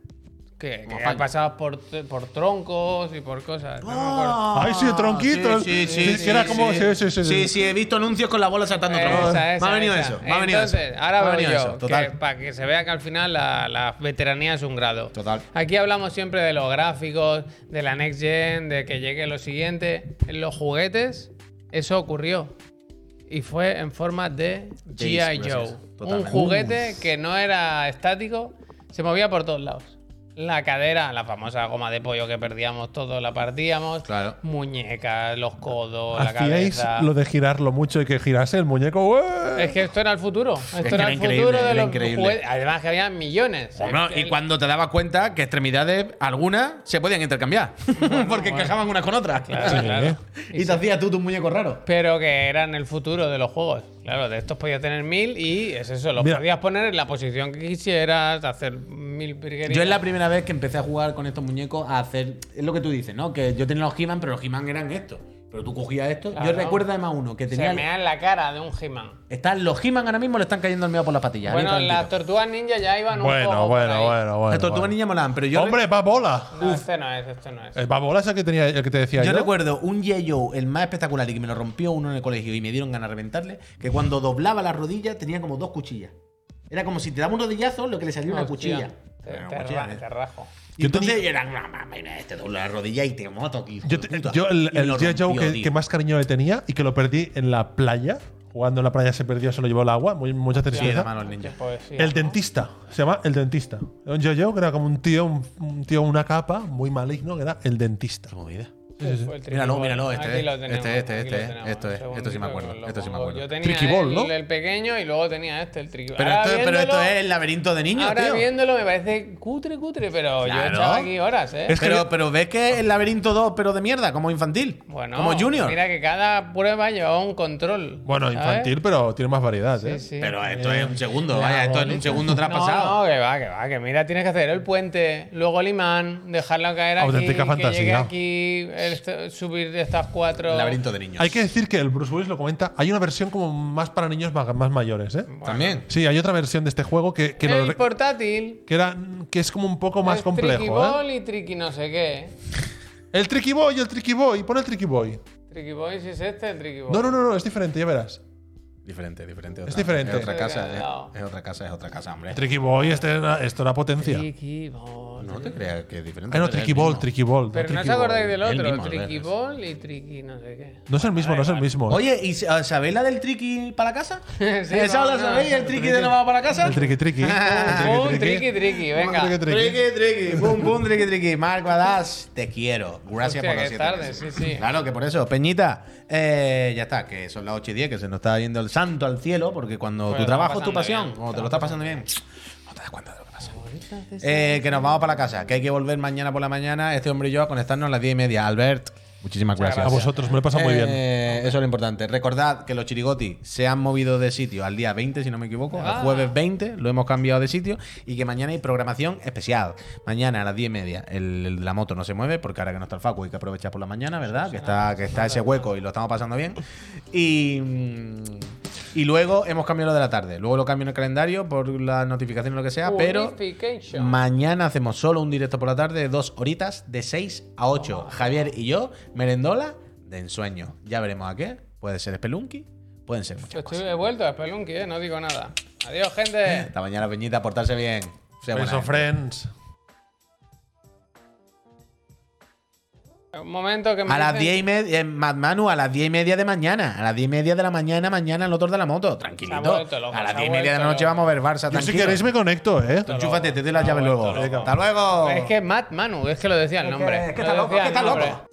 C: Que, que pasabas por, por troncos y por cosas. no
B: ¡Oh!
C: me acuerdo.
B: Ah, ¡Ay, sí, tronquitos!
A: ¡Ah! Sí, sí, sí,
B: que era como. Sí, sí, sí.
A: Sí, sí, he visto anuncios con la bola saltando otra
C: Esa,
A: vez.
C: esa,
A: Me ha venido
C: esa.
A: eso. Me ha venido
C: Entonces,
A: eso.
C: ahora
A: Me ha
C: voy
A: venido
C: yo.
A: eso, Total.
C: que para que se vea que al final la, la veteranía es un grado.
A: Total.
C: Aquí hablamos siempre de los gráficos, de la next gen, de que llegue lo siguiente. En los juguetes, eso ocurrió. Y fue en forma de
A: Days,
C: G.I. Joe.
A: gracias.
C: Un
A: Totalmente.
C: juguete que no era estático, se movía por todos lados. La cadera, la famosa goma de pollo que perdíamos todos, la partíamos.
A: Claro.
C: Muñecas, los codos, la
B: Hacíais
C: cabeza.
B: lo de girarlo mucho y que girase el muñeco. ¡Ué!
C: Es que esto era el futuro. Esto
A: que
C: era,
A: era
C: el
A: increíble,
C: futuro de
A: era
C: los
A: increíble.
C: juguetes. Además que había millones.
A: Bueno,
C: El-
A: Oh, y
C: el-
A: cuando te dabas cuenta que extremidades algunas se podían intercambiar. porque encajaban unas con otras.
C: Claro, claro.
A: Y te hacías tú tus muñecos raros.
C: Pero que eran el futuro de los juegos. Claro, de estos podías tener mil y es eso, los
B: Mira.
C: podías poner en la posición que quisieras, hacer mil virguerías.
A: Yo es la primera vez que empecé a jugar con estos muñecos a hacer. Es lo que tú dices, ¿no? Que yo tenía los He-Man, pero los He-Man eran estos. Pero tú cogías estos. Yo
C: Claro.
A: recuerdo además uno que tenía.
C: Se me da en la cara de un He-Man.
A: Están los He-Man ahora mismo le están cayendo el miedo por las patillas.
C: Bueno,
A: ahí
C: las
A: tranquilo.
C: tortugas ninja ya iban un poco
B: Bueno,
C: por ahí.
B: bueno, bueno, bueno.
A: Las tortugas
B: bueno.
A: niñas molaban, pero yo.
B: Hombre, va bola.
C: No, este no es, este no es.
B: El va bola es el que, tenía, el que te decía
A: Yo,
B: yo.
A: recuerdo un Yeyo, el más espectacular, y que me lo rompió uno en el colegio y me dieron ganas de reventarle, que cuando doblaba la rodilla tenía como dos cuchillas. Era como si te daba un rodillazo, lo que le salía una
C: Hostia,
A: cuchilla.
C: Te,
A: Era una
C: te
A: cuchilla,
C: ra-
A: ¿eh?
C: te rajo.
A: Y
B: Yo
A: entonces eran, "Ah, mamá, mira, este dobla la rodilla y te mato aquí. hijo
B: Yo,
A: de
B: te-
A: puta".
B: yo el,
A: Y me
B: el
A: lo
B: G.I. Joe
A: rompió,
B: que,
A: tío.
B: que más cariño le tenía y que lo perdí en la playa. Jugando en la playa se perdió, se lo llevó el agua. Muy, mucha
A: Sí, de
B: tristeza.
A: manos ninja.
C: Qué poesía,
B: el
C: ¿no?
B: dentista. Se llama El dentista. Era Un Jojo que era como un tío, un, un tío, una capa muy maligno, que era el dentista.
C: Fue el Tricky
A: Míralo,
C: Ball.
A: míralo, este
C: Aquí
A: es,
C: lo tenemos,
A: este es, este
C: aquí lo
A: es,
C: tenemos.
A: esto es,
C: Un
A: esto sí me
C: segundito
A: acuerdo,
C: que os lo
A: esto sí me
C: pongo.
A: acuerdo.
C: Yo tenía
B: Tricky Ball,
C: el,
B: ¿no?
C: el pequeño y luego tenía este, el Tricky
A: Pero,
C: Ahora
A: esto, pero esto
C: viéndolo-
A: es el laberinto de niños,
C: Ahora
A: tío.
C: viéndolo me parece cutre, cutre, pero
A: Claro.
C: yo echaba aquí horas, ¿eh?
B: Es que
A: pero,
B: yo-
A: pero ves que el laberinto 2, pero de mierda, como infantil.
C: Bueno,
A: como junior.
C: Mira que cada prueba llevaba un control.
B: Bueno,
C: ¿sabes?
B: infantil, pero tiene más variedad. ¿eh?
C: ¿eh? Sí, sí.
A: Pero esto es un segundo, vaya, esto en un segundo te has
C: No,
A: pasado.
C: no, que va, que va, que mira, tienes que hacer el puente, luego el imán, dejarlo caer aquí,
B: Auténtica
C: que llegue
B: fantasía.
C: aquí, este- subir de estas cuatro.
A: El laberinto de niños.
B: Hay que decir que el Bruce Willis lo comenta. Hay una versión como más para niños más, más mayores, ¿eh?
A: También.
B: Sí, hay otra versión de este juego que, que, lo
C: el
B: re-
C: portátil,
B: que era, que es como un poco más
C: el
B: complejo.
C: Tricky
B: ¿eh?
C: Ball y Tricky no sé qué.
B: El Tricky Boy, el Tricky Boy, pon el Tricky Boy.
C: Tricky Boy, si es este, el Tricky Boy.
B: No, no, no, no, es diferente, ya verás.
A: Diferente, diferente.
B: Es diferente.
A: Es otra casa,
C: No.
A: es, es otra casa, es otra casa, hombre.
B: Tricky Boy, este era- esto era potencia.
C: Tricky Ball.
A: No te creas que es diferente.
B: Ah,
A: pero
B: no,
A: es
B: Tricky
A: el
B: Ball,
A: mismo.
B: Tricky Ball. no,
C: Pero no
B: Tricky
C: os acordáis
B: Ball.
C: del
A: El
C: otro,
A: mismo,
C: Tricky
A: ¿verdad?
C: Ball y Tricky no sé qué.
B: No es el mismo, no es el mismo. ¿eh?
A: Oye, ¿y sa- sabéis la del triqui para casa?
C: Sí,
A: ¿Esa
C: vamos,
A: la sabéis?
C: no.
A: ¿El triqui de no va para casa?
B: El Tricky Tricky.
C: Oh,
B: El
C: triqui, triqui, venga.
B: Tricky, tricky.
A: Triqui, triqui, pum, pum, triqui, triqui. Marc Badass, te quiero. Gracias
C: Hostia,
A: por los
C: qué
A: siete
C: tarde,
A: meses.
C: sí, sí.
A: Claro que por eso, Peñita, eh, ya está, que son las 8 y 10, que se nos está yendo el santo al cielo, porque cuando
C: Pues
A: tu
C: lo
A: trabajo es
C: estamos
A: tu pasión,
C: pasando bien.
A: cuando te lo estás pasando bien, no te das cuenta de lo que pasa. Eh, que nos vamos para la casa, que hay que volver mañana por la mañana, este hombre y yo, a conectarnos a las 10 y media. Albert, muchísimas
C: Muchas
A: gracias.
B: A vosotros, me lo he pasado muy bien.
A: Eh, Eso es lo importante. Recordad que los chirigoti se han movido de sitio al día 20, si no me equivoco.
C: Ah.
A: Al jueves 20 lo hemos cambiado de sitio y que mañana hay programación especial. Mañana a las 10 y media el, el de la moto no se mueve porque ahora que no está el Facu hay que aprovechar por la mañana, ¿verdad? Que está, que está ese hueco y lo estamos pasando bien. Y... mm, Y luego hemos cambiado lo de la tarde. Luego lo cambio en el calendario por las notificaciones o lo que sea. Pero
C: Purification.
A: mañana hacemos solo un directo por la tarde de dos horitas, de 6 a 8. Javier y yo, merendola de ensueño. Ya veremos a qué. Puede ser Spelunky, pueden ser muchas
C: Pues
A: cosas.
C: estoy de vuelta, Spelunky, eh, no digo nada. Adiós, gente.
B: Eh,
A: Hasta mañana, Peñita, portarse bien. Sea buena gente.
B: Beso, Pues friends.
C: Un momento que me
A: A las
C: dicen-
A: 10 y media, eh, Mad Manu, a las 10 y media de mañana. A las 10 y media de la mañana, mañana el otro de la moto.
C: Se ha
A: Tranquilito.
C: vuelto loco,
A: a
C: se
A: las
C: ha
A: 10 y media de la
C: vuelto
A: noche
C: loco.
A: vamos a ver Barça.
B: Yo si
A: Tranquilo.
B: queréis me conecto, ¿eh.
A: Tú enchúfate, te doy la llave luego.
C: loco.
A: Hasta luego.
C: Es que Matt Manu, es que lo decía el nombre.
A: es que
C: Lo
A: está loco,
C: decía
A: es que
C: el
A: está
C: nombre.
A: loco.